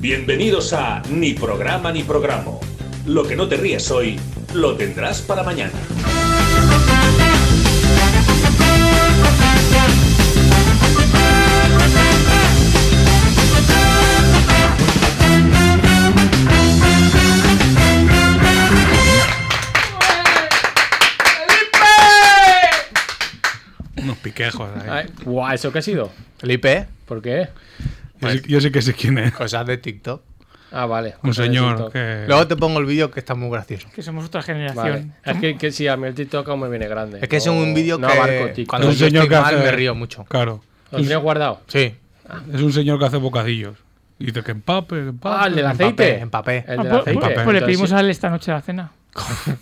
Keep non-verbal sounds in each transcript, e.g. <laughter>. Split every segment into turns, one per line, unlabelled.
Bienvenidos a Ni programa ni programa. Lo que no te ríes hoy, lo tendrás para mañana.
Unos piquejos ahí.
Ay, guau, Ah, eh. ¿eso qué ha sido?
Felipe,
¿Por qué?
Yo, sí, yo sí que sé quién es.
cosas de TikTok.
Ah, vale.
Un
otra vez
señor
TikTok.
que...
Luego te pongo el vídeo que está muy gracioso.
Que somos otra
Vale.
generación.
Es que, que sí, a mí el TikTok aún me viene grande.
Es que es
No-
un vídeo
no
que
abarco TikTok.
cuando
Es un
yo
señor
estoy
que
mal
hace-
me río mucho.
Claro. <laughs>
¿Lo tienes guardado?
Sí,
Es un señor que hace bocadillos. Y dice que empape, que empape.
Ah, el del aceite.
empapé, empapé.
El del
Ah, pues-
aceite.
pues-
Papel.
pues le pedimos
Entonces
a él esta noche la cena.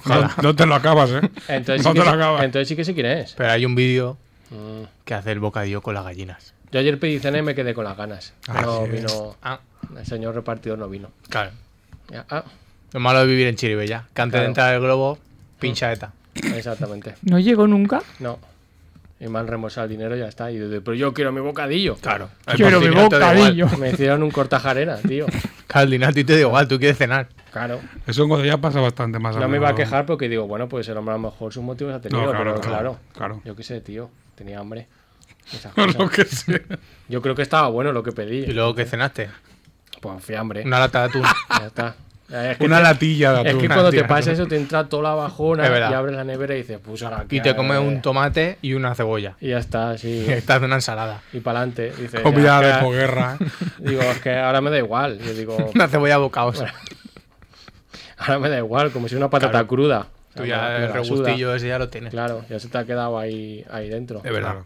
No, no te lo acabas, ¿eh?
sí- entonces
no
sí
te
que-
lo acabas.
Entonces sí que sé quién es.
Pero hay un vídeo
Mm.
que hace el bocadillo con las gallinas.
Yo ayer pedí cena y me quedé con las ganas.
Ah,
no
sí.
vino.
Ah,
El señor repartidor no vino.
claro.
Ya, Ah,
Lo malo de vivir en Chiribella. Que antes
Claro.
de entrar el globo, pincha ETA.
exactamente.
No llegó nunca.
No. Y me han remosado el dinero y ya está. Y yo, pero yo quiero mi bocadillo.
Claro.
Quiero mi
Caldinati te da
<laughs>
bocadillo.
Me hicieron un cortajarena,
<laughs>
tío.
igual. Caldinati te da igual, tú quieres cenar.
Claro.
Eso en Godella pasa bastante más a
No me iba a
menudo.
quejar porque digo, bueno, pues el hombre a lo mejor sus motivos ha tenido,
No, claro,
pero claro,
claro, claro.
Yo qué sé, tío. Tenía hambre. Esas
<laughs> No,
cosas.
lo que sé.
Yo creo que estaba bueno lo que pedí.
Y luego, ¿qué cenaste?
Pues fui hambre.
Una lata de atún.
Ya está. Es que,
Una
te-
latilla de atún.
es que cuando te
tía,
pasa eso te entra toda la bajona
<laughs> Es verdad.
y abres la nevera y dices, pues ahora
Y
qué
te
hago,
comes
eh.
un tomate y una cebolla.
Y ya está, sí.
<laughs> Y estás de una ensalada.
Y para adelante. Dices, ya,
Comida de
es que-
posguerra.
Digo, es que ahora me da igual. Yo
<laughs>
digo,
Una cebolla bocaosa.
ahora me da igual, como si una patata cruda.
Tú
Me
ya
la- me
el
la suda.
regustillo ese ya lo tienes.
Claro, ya se te ha quedado ahí, ahí dentro.
De verdad.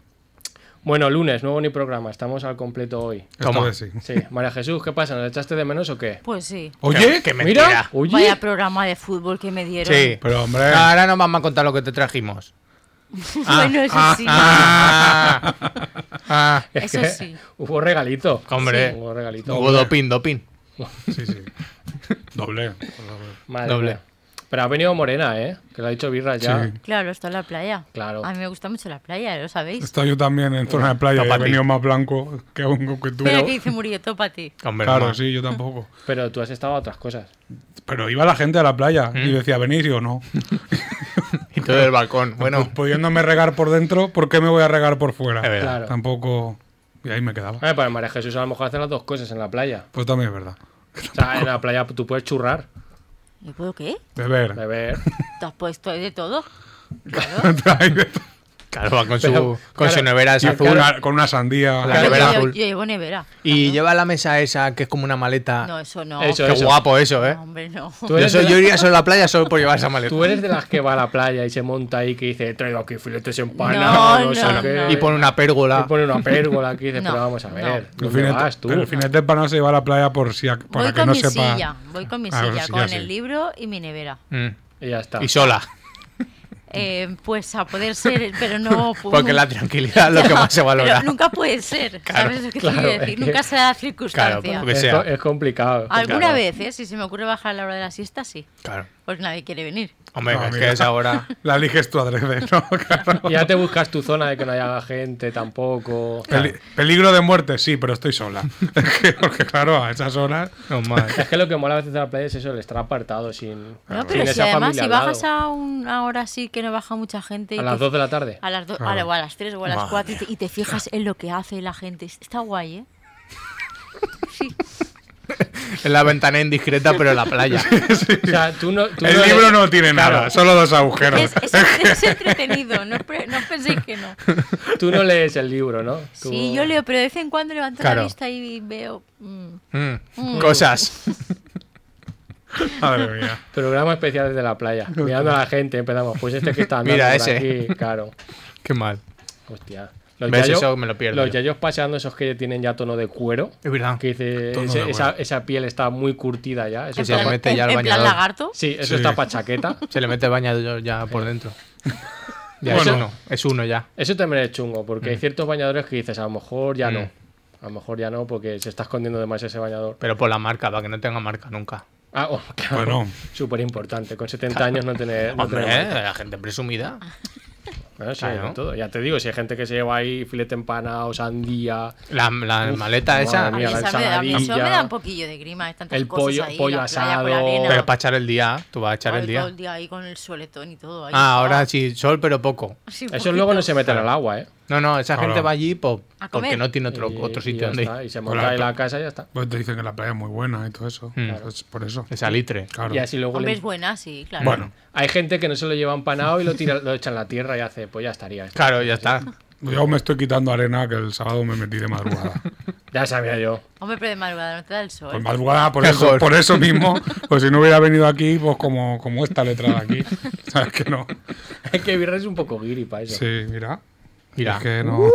Bueno, lunes, nuevo ni programa, estamos al completo
<laughs>
hoy.
Toma.
Toma. Sí.
Sí, María Jesús, ¿qué pasa? ¿Nos echaste de menos o qué?
Pues sí.
Oye,
que
Mira,
mentira.
oye,
Vaya programa de fútbol que me dieron. <laughs>
Sí.
pero hombre,
Ahora no vamos a contar lo que te trajimos.
bueno, eso sí.
Ah, ah,
es
Eso
que
sí.
<laughs> Hubo regalito.
Hombre.
Hubo regalito.
hubo doping, doping.
sí, sí. Doble.
Madre
doble.
mía. Pero ha venido Morena, ¿eh? Que lo ha dicho Birra ya.
Sí.
Claro, está en la playa.
Claro.
A mí me gusta mucho la playa,
<laughs>
lo sabéis.
Estoy yo también en zona de playa. y He
Tópate.
venido más blanco que un que tú.
Mira que dice Murillo, tópate.
Hombre,
Claro,
no.
sí, yo tampoco.
Pero tú has estado a otras cosas.
Pero iba la gente a la playa
Mm.
y decía, venís y yo no.
Y todo el balcón. <laughs> Bueno,
Pues <laughs> pudiéndome regar por dentro, ¿por qué me voy a regar por fuera?
Es verdad. Eh.
Claro.
Tampoco. Y ahí me quedaba.
A ver, para pues María Jesús a lo mejor hace las dos cosas en la playa.
Pues también es verdad.
O sea, en la playa tú puedes churrar,
¿Y puedo qué?
<laughs> Beber.
beber.
¿Te has puesto de todo?
Ahí de todo.
claro, va con su,
Pero,
con su
claro,
nevera esa
Y con,
azul.
una, con una sandía.
La nevera
yo,
azul.
yo llevo nevera.
Y lleva la mesa esa que es como una
No,
maleta.
eso no.
Eso,
Qué guapo eso, ¿eh?
No, hombre, no.
Tú
Yo,
eres,
soy-
de la-
yo iría solo a la playa solo por llevar esa maleta.
tú eres de las que va a la playa y se monta ahí que dice, traigo aquí filetes empanados,
No,
no,
no,
sé
no.
qué.
Y pone una
Y
pérgola.
pone una pérgola aquí y dices,
No,
pero vamos a ver,
El
¿dónde
filete-
vas tú?
Pero el filete para no se lleva a la playa por si a- para
Voy
que
con
no
mi
sepa.
silla. Voy con mi
Ah,
silla,
sí,
con
sí.
el libro y mi nevera.
Mm.
Y ya está.
Y sola.
Eh, pues a
<laughs>
poder ser, pero no. pues,
Porque la tranquilidad es lo que más se valora.
<laughs> Pero nunca puede ser, ¿sabes lo que te
claro,
quiero decir?
es que-
Nunca se da circunstancia.
Claro, porque-
es,
sea.
co- es complicado.
Alguna
claro.
vez, ¿eh? Si se me ocurre bajar a la hora de la siesta, sí.
Claro.
Pues nadie quiere venir.
Hombre,
No,
es
mira.
que es ahora.
La eliges tú adrede, ¿no? <laughs> Claro.
Y ya te buscas tu zona de que no haya gente tampoco.
Peli- peligro de muerte, sí, pero estoy sola. <laughs> Porque claro, a esas horas.
Normal.
Es que lo que mola a veces de la playa es eso, el estar apartado sin.
No,
sin
Ah, pero si
esa
además
familia
si
al lado.
bajas a una hora así que no baja mucha gente. y
A las
te-
2 de la tarde.
A las, do- a la- o a las 3 o a las 4 y te, y te fijas en lo que hace la gente. Está guay, ¿eh?
Es la ventana indiscreta, pero en la playa. <laughs>
O sea, tú no. tú
El
no
libro
eres-
no tiene
Claro,
nada, solo dos agujeros.
Es, es- es entretenido, no, pre- no penséis que no.
Tú no lees el libro, ¿no? <laughs> Tú-
Sí, yo leo, pero de vez en cuando levanto
Claro.
la vista y veo. mm,
Mm. Cosas.
<laughs> Madre mía.
Programa especial desde la playa. Mirando a la gente, empezamos. Pues este que está andando
Mira,
por
ese.
aquí, claro.
Qué mal.
Hostia. Los
¿Ves?
yayos,
Eso me lo pierdo
los
yo.
yayos paseando, esos que tienen ya tono de cuero.
Es verdad.
Que dice,
Tono
ese-
de
esa,
cuero.
esa piel está muy curtida ya. Eso
Sí,
en
se le
está
plan-
mete ya
en-
al
en plan
bañador.
lagarto.
Sí, eso
Sí.
está para
<laughs>
chaqueta.
Se le mete el bañador ya por dentro. Ya es
Bueno.
uno. Es uno ya.
Eso también es chungo, porque
Mm.
hay ciertos bañadores que dices, a lo mejor ya no. A lo mejor ya no, porque se está escondiendo demasiado ese bañador.
Pero por la marca, para que no tenga marca nunca.
Ah, oh, <laughs> claro.
Bueno.
Súper importante. Con 70 años no tener. No
Hombre,
tener-
¿eh? la gente presumida.
Ah, sí,
Claro.
de todo. Ya te digo, si hay gente que se lleva ahí filete empanado, sandía,
La, la
Uf,
maleta
madre
esa.
A mí,
mía, la
esa me da, a mí eso me da
ensaladilla.
un poquillo de grima. hay Tantas
El
cosas
pollo-
ahí,
pollo
la playa con la
asado.
arena.
Pero para echar el día, tú vas a echar
Ay,
el
Todo
día.
el día ahí con el soletón y todo. ahí.
Ah, ahora sí, sol, pero poco.
Sí, un
eso luego no
poquito.
se meten al agua, ¿eh?
No, no, esa
Claro.
gente va allí po-
A comer.
porque no tiene otro,
Y-
otro
y
sitio
ya
donde ir.
está, Y se
Hola,
monta en
to-
la casa y ya está.
Pues te dicen que la playa es muy buena y todo eso.
Hmm.
Pues por eso.
El salitre.
Claro.
Y así luego
Hombre,
le-
es buena, sí, claro.
Bueno,
Hay gente que no se lo lleva empanado y lo, tira, lo echa en la tierra y hace, pues ya estaría. esto.
Claro, ya está.
yo me estoy quitando arena que el sábado me metí de
<laughs>
madrugada.
Ya sabía yo. <laughs>
Hombre, pero de madrugada no te da el sol.
Pues madrugada, por eso,
Mejor.
por eso
<laughs>
mismo. Pues si no hubiera venido aquí, pues como, como esta letra de aquí.
<laughs>
¿Sabes que no?
Es que Birra es un poco guiri para eso.
Sí, mira.
Mira, Uh.
Es que no.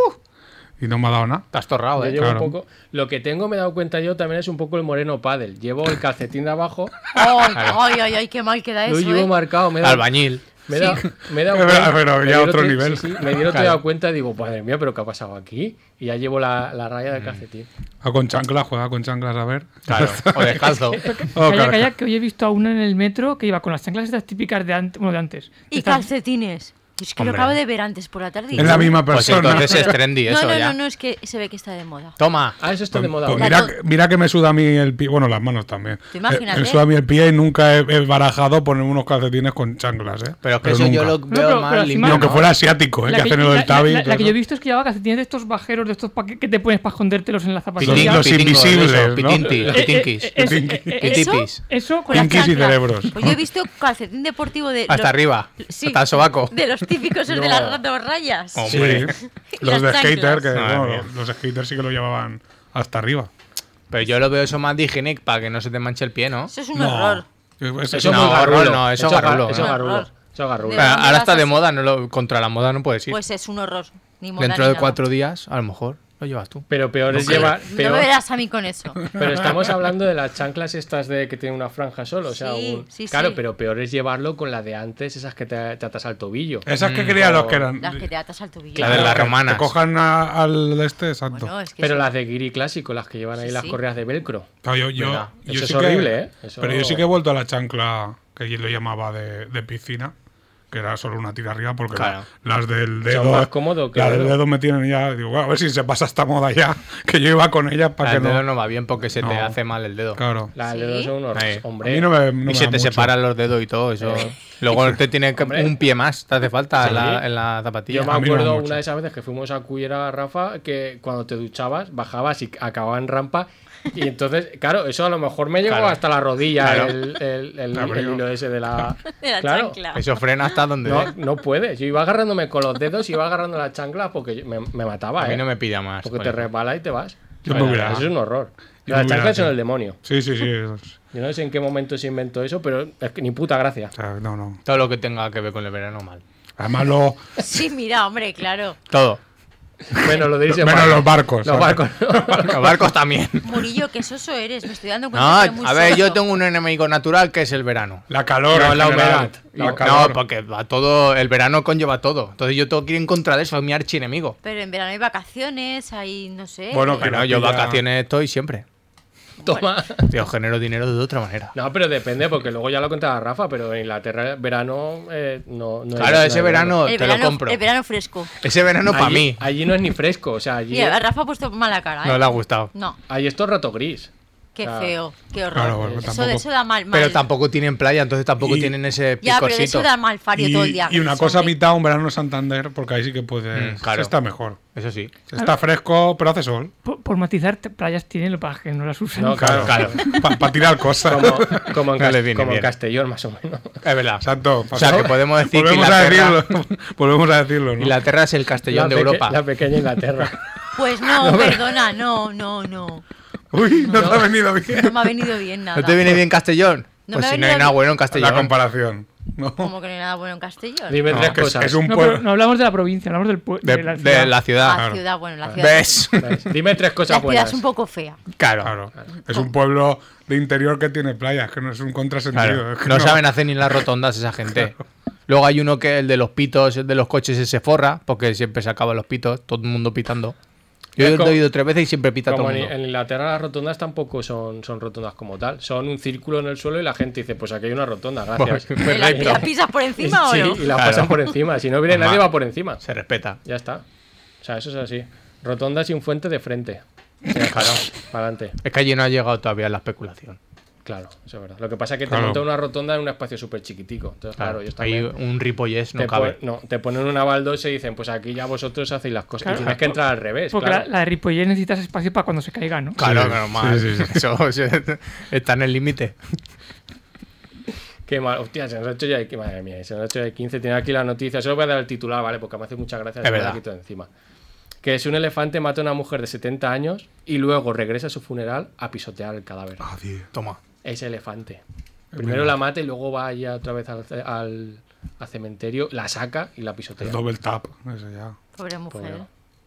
Y no me ha dado nada.
te has torrado,
Yo
¿eh?
llevo
claro.
un poco. Lo que tengo, me he dado cuenta yo, también es un poco el moreno paddle. Llevo el calcetín de abajo,
Ay, ay, ay, ay, qué mal queda
lo
<laughs> eso.
llevo
¿eh?
marcado. Me he dado-
Albañil.
Me he dado, me he dado
Pero-
cuenta.
pero
me
ya
dieron
otro
te-
nivel.
sí, sí, me dieron
Claro.
dado cuenta y digo, madre mía, pero ¿qué ha pasado aquí? Y ya llevo la, la raya del calcetín.
Ah, con chancla, juega con chanclas, a ver.
Claro, o de calzo.
Oh,
calla,
claro.
calla, que hoy he visto a una en el metro que iba con las chanclas estas típicas de antes. Bueno, de antes.
Y
Estas-
calcetines. Es que
Hombre.
lo acabo de ver antes por la tarde. y
Es la
<laughs> no-
misma
Pues
persona.
entonces es trendy
no,
eso
no,
ya.
no, no, es que se ve que está de moda.
Toma.
Ah, eso está de moda.
Pues
ahora.
mira,
Claro.
que- mira que me suda a mí el pie, bueno, las manos también.
Tú imagínate.
Eh, Me suda a mí el pie y nunca he, he barajado poner unos calcetines con chanclas, ¿eh?
Pero es que eso yo
nunca.
lo
No,
veo
pero-
más
pero
Y
encima-
limpio,
aunque
¿no?
fuera asiático, ¿eh? que hacen lo del
la-
tabi.
la- la que
todo
yo he
eso.
visto es que llevaba calcetines de estos bajeros, de estos pa- que te pones para escondértelos en la
Pitín-
zapatilla.
los
pitingos,
invisibles,
eso,
¿no?
pitinti, los
Eh, eh,
pitinquis.
eh, eso-
Pitinquis.
eh, eh,
¿Eso?
Pitipis.
Eso con las
Pinkies y
chanclas.
cerebros.
Pues yo he visto calcetín deportivo de.
Hasta
lo-
arriba,
Sí,
hasta el sobaco.
De los típicos, esos de
No.
las dos rayas.
Hombre.
Sí.
Y
Los
las
de skater,
chanclas.
que
Madre
bueno,
mía.
los, los skaters sí que lo llevaban hasta arriba.
Pero yo lo veo eso más de higiene para que no se te manche el pie, ¿no?
Eso es un horror.
Eso,
Eso
No,
es muy
garrulo,
garrulo.
no, eso
Eso es
garrulo,
gar- Eso
no.
es
Ah,
garrulo. Eso es garrulo.
Pero
Pero- dónde
ahora
vas
está de
así?
moda, no lo, contra la moda no puedes ir.
Pues es un horror. Ni moda
Dentro
ni
de
nada.
cuatro días, a lo mejor lo llevas tú.
Pero peor es
creo.
llevar.
No
peor-
me verás a mí con eso.
pero estamos hablando de las chanclas estas de que tienen una franja solo. O sea,
Sí,
un-
sí,
claro,
sí.
pero peor es llevarlo con la de antes, esas que te, te atas al tobillo.
Esas que querían los que eran. <laughs>
Las que te atas al tobillo.
La de
que-
las
que
romanas.
cojan a- al este, exacto.
Bueno, es que
Pero
eso-
las de Giri clásico, las que llevan ahí
Sí,
las
sí.
correas de velcro.
Claro, yo, yo-
Mira,
yo
eso
sí
es horrible,
que-
¿eh? Eso-
Pero yo sí que he vuelto a la chancla que yo lo llamaba de, de piscina, que era solo una tira arriba, porque
Claro.
la- las del
Son
dedo.
más cómodo que
las del
el
dedo me tienen ya. Digo, bueno, a ver si se pasa esta moda ya, <laughs> que yo iba con ellas para que
el dedo
no.
no va bien porque se te
No.
hace mal el dedo.
Claro.
Las
Sí.
de dos son unos
Ahí.
A
hombre.
mí no me, no me
Y se
da
te
mucho.
separan los dedos y todo
<laughs>
eso. Luego te tiene que
Hombre.
un pie más, te hace falta en, la,
Sí.
en la zapatilla.
Yo me
a mí no me
acuerdo
mucho.
una de esas veces que fuimos a Cullera Rafa, que cuando te duchabas, bajabas y acababa en rampa. Y entonces, claro, eso a lo mejor me llegó
Claro.
hasta la rodilla
Claro.
el, el- el-
Claro,
el
yo-
hilo ese de la.
<laughs> De la
Claro.
chancla.
Eso frena hasta donde.
No,
dé.
no puedes. Yo iba agarrándome con los dedos, iba agarrando la chancla porque yo- me, me mataba,
A mí
¿eh?
no me pilla más.
Porque te
coño.
resbala y te vas.
Yo me hubiera-
Eso es un horror.
Yo
Las
me hubiera
chanclas son
hecho.
el demonio.
Sí, sí, sí. eso es-
Yo no sé en qué momento se inventó eso, pero es que ni puta gracia.
o sea, no, no.
Todo lo que tenga que ver con el verano, mal.
Además, lo,
<laughs> Sí, mira, hombre, claro.
Todo.
Menos
<laughs>
lo de irse
menos
para-
los barcos.
Los
¿sabes?
barcos.
Los barcos también.
Murillo, qué soso eres. Me estoy dando
No,
cuenta que eres muy
a ver, yo
soso.
tengo un enemigo natural que es el verano.
La calor.
No,
en
la
general.
humedad.
La
No,
calor.
No, porque va todo, el verano conlleva todo. Entonces yo tengo que ir en contra de eso, es mi archienemigo.
Pero en verano hay vacaciones, hay, no sé.
Bueno, que
Bueno,
nos
yo
pilla-
vacaciones estoy siempre.
<laughs> Toma.
Yo genero dinero de otra manera.
No, pero depende, porque luego ya lo contaba Rafa, pero en Inglaterra verano eh, no, no
Claro,
es-
ese
no es
verano
el
te
verano,
lo compro.
El verano fresco.
Ese verano para
Allí-
mí.
Allí no es ni fresco, o sea, allí,
Mira, Rafa ha puesto mala cara, ¿eh?
No le ha gustado.
No,
allí es todo el rato gris.
qué
Claro.
feo, qué horror.
Claro, bueno,
eso,
tampoco-
eso da mal, mal.
Pero tampoco tienen playa, entonces tampoco
Y-
tienen ese
Ya, pero de eso
picorcito.
da mal fario
y,
todo el día.
y una cosa
hombre.
mitad, un verano en Santander, porque ahí sí que puedes.
Mm, claro.
se está mejor.
Eso sí.
Se está fresco, pero hace sol.
Por, por matizar, te- playas tienen, lo que pasa es que no las usan.
No, claro.
Claro.
Para tirar cosas.
Como,
<laughs>
como en,
<laughs> No le
Cas-
viene
como en
bien.
Castellón, más o menos.
Es verdad.
Exacto.
O sea, que podemos decir que
volvemos, a
Inglaterra,
decirlo, <laughs> volvemos a decirlo. ¿no?
Inglaterra es el Castellón
La
de
peque-
Europa.
La pequeña Inglaterra.
Pues no, perdona, no, no, no.
Uy, no, te ha venido bien
No me ha venido bien nada.
¿No te viene bien Castellón?
No
pues si no
me ha
hay
venido
nada
bien.
bueno en
la
<laughs> Castellón.
comparación. No,
Como que no hay nada bueno en Castellón.
Dime
No,
tres
que es-
cosas.
es un
No,
pueblo.
pero no hablamos de la provincia, hablamos del pueblo.
De, de la
La
ciudad.
ciudad, bueno, la ciudad.
¿Ves?
¿Sabes? Dime tres
La
cosas
ciudad
buenas.
es un poco fea.
Claro.
Claro. Es un pueblo de interior que tiene playas, que no es un contrasentido.
Claro,
es que
no saben hacer ni las rotondas esa gente. Luego hay uno que el de los pitos, el de los coches, ese se forra, porque siempre se acaban los pitos, todo el mundo pitando. Yo
Es
lo
como-
he oído tres veces y siempre pita todo
Como
el
en,
mundo.
en Inglaterra las rotondas tampoco son, son rotondas como tal, son un círculo en el suelo y la gente dice, pues aquí hay una rotonda, gracias.
Pues,
¿Y la, y
perfecto.
la pisas por encima
<laughs> Sí,
o no?
y la
Claro.
pasan por encima, si no viene nadie
Ma-
va por encima.
Se respeta.
Ya está. O sea, eso es así. Rotonda sin fuente de frente.
Claro.
Para adelante.
Es que allí no ha llegado todavía la especulación.
Claro, eso es verdad. Lo que pasa es que te
Claro.
montan una rotonda en un espacio súper chiquitico. Entonces, claro, ellos
hay
también-
un ripollés, no
te
cabe.
pon- no, te ponen una baldosa y dicen, pues aquí ya vosotros hacéis las cosas.
Claro.
y tienes que entrar al revés.
Porque
claro.
la, la de Ripollet necesitas espacio para cuando se caiga, ¿no?
<laughs> Claro,
Sí,
normal.
sí, sí, sí.
<laughs> Eso se- está en el límite.
Qué mal. Hostia, se nos ha hecho ya. de- Madre mía, se nos ha hecho ya de 15. Tiene aquí la noticia. Solo voy a dar el titular, ¿vale? Porque me hace mucha gracia.
Es
se me la
verdad.
quito de encima. Que es un elefante mata a una mujer de 70 años y luego regresa a su funeral a pisotear el cadáver.
Toma.
Ese elefante. Primero la mata y luego va ya otra vez al, ce- al- al cementerio, la saca y la pisotea.
El double tap, eso ya.
Pobre mujer.
Pobre.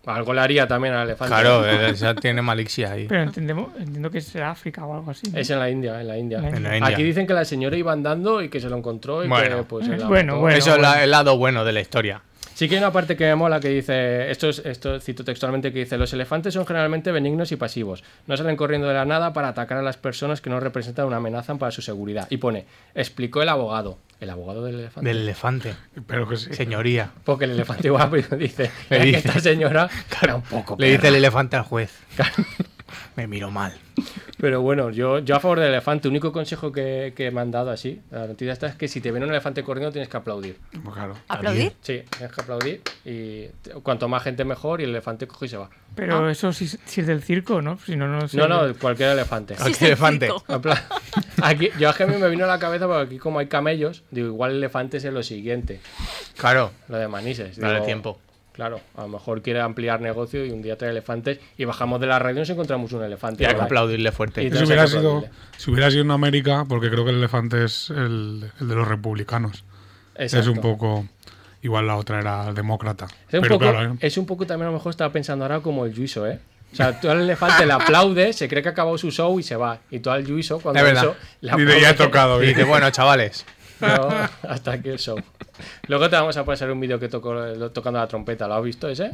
Algo le haría también al elefante.
Claro, eh. esa tiene malixia ahí.
Pero entendemos, entiendo que será África o algo así. ¿no?
Es en la India, en la India.
En
la India.
Aquí dicen que la señora iba andando y que se lo encontró y que
Bueno.
pues se la
Bueno,
mató.
bueno.
Eso es la- el lado bueno de la historia.
Sí que hay una parte que me mola que dice, esto, es, esto cito textualmente, que dice, los elefantes son generalmente benignos y pasivos. No salen corriendo de la nada para atacar a las personas que no representan una amenaza para su seguridad. Y pone, explicó el abogado. El abogado del elefante.
Del elefante.
Espero que sí.
Señoría.
Porque el elefante <laughs> guapo dice,
Le
"Es que
dice-
esta señora era un poco
Le dice
perra".
el elefante al juez. <laughs> Me miro mal.
Pero bueno, yo, yo a favor del elefante, único consejo que, que me han dado así, la noticia esta es que si te viene un elefante corriendo tienes que aplaudir.
Pues claro.
¿Aplaudir?
Sí, tienes que aplaudir y te- cuanto más gente mejor y el elefante coge y se va.
Pero eso sí, sí es del circo, ¿no? Si no, no sé.
No, no, cualquier elefante.
Cualquier
es el
elefante.
circo.
Apla- Aquí, yo es que a mí me vino a la cabeza porque aquí como hay camellos, digo, igual el elefante es lo siguiente,
Claro.
lo de manises.
Dale
Digo,
tiempo.
Claro, a lo mejor quiere ampliar negocio y un día trae elefantes y bajamos de la radio y nos encontramos un elefante.
Hay que
por ahí.
aplaudirle
Y
fuerte.
te-
Si hubiera,
Entonces,
sido,
aplaudible.
si hubiera sido en América, porque creo que el elefante es el, el de los republicanos.
Exacto.
Es un poco. Igual la otra era demócrata.
Es un,
Pero
poco,
claro, ¿eh?
es un poco también a lo mejor estaba pensando ahora como el Yuiso, ¿eh? O sea, tú al elefante le aplaudes, se cree que ha acabado su show y se va. Y tú al Yuiso, cuando
Es verdad.
eso, le
Y de ya he
aplaudes. <laughs>
tocado.
Y
¿eh?
dice, bueno, chavales.
No, hasta aquí el show. Luego te vamos a pasar un vídeo que tocó lo- tocando la trompeta. ¿Lo has visto ese?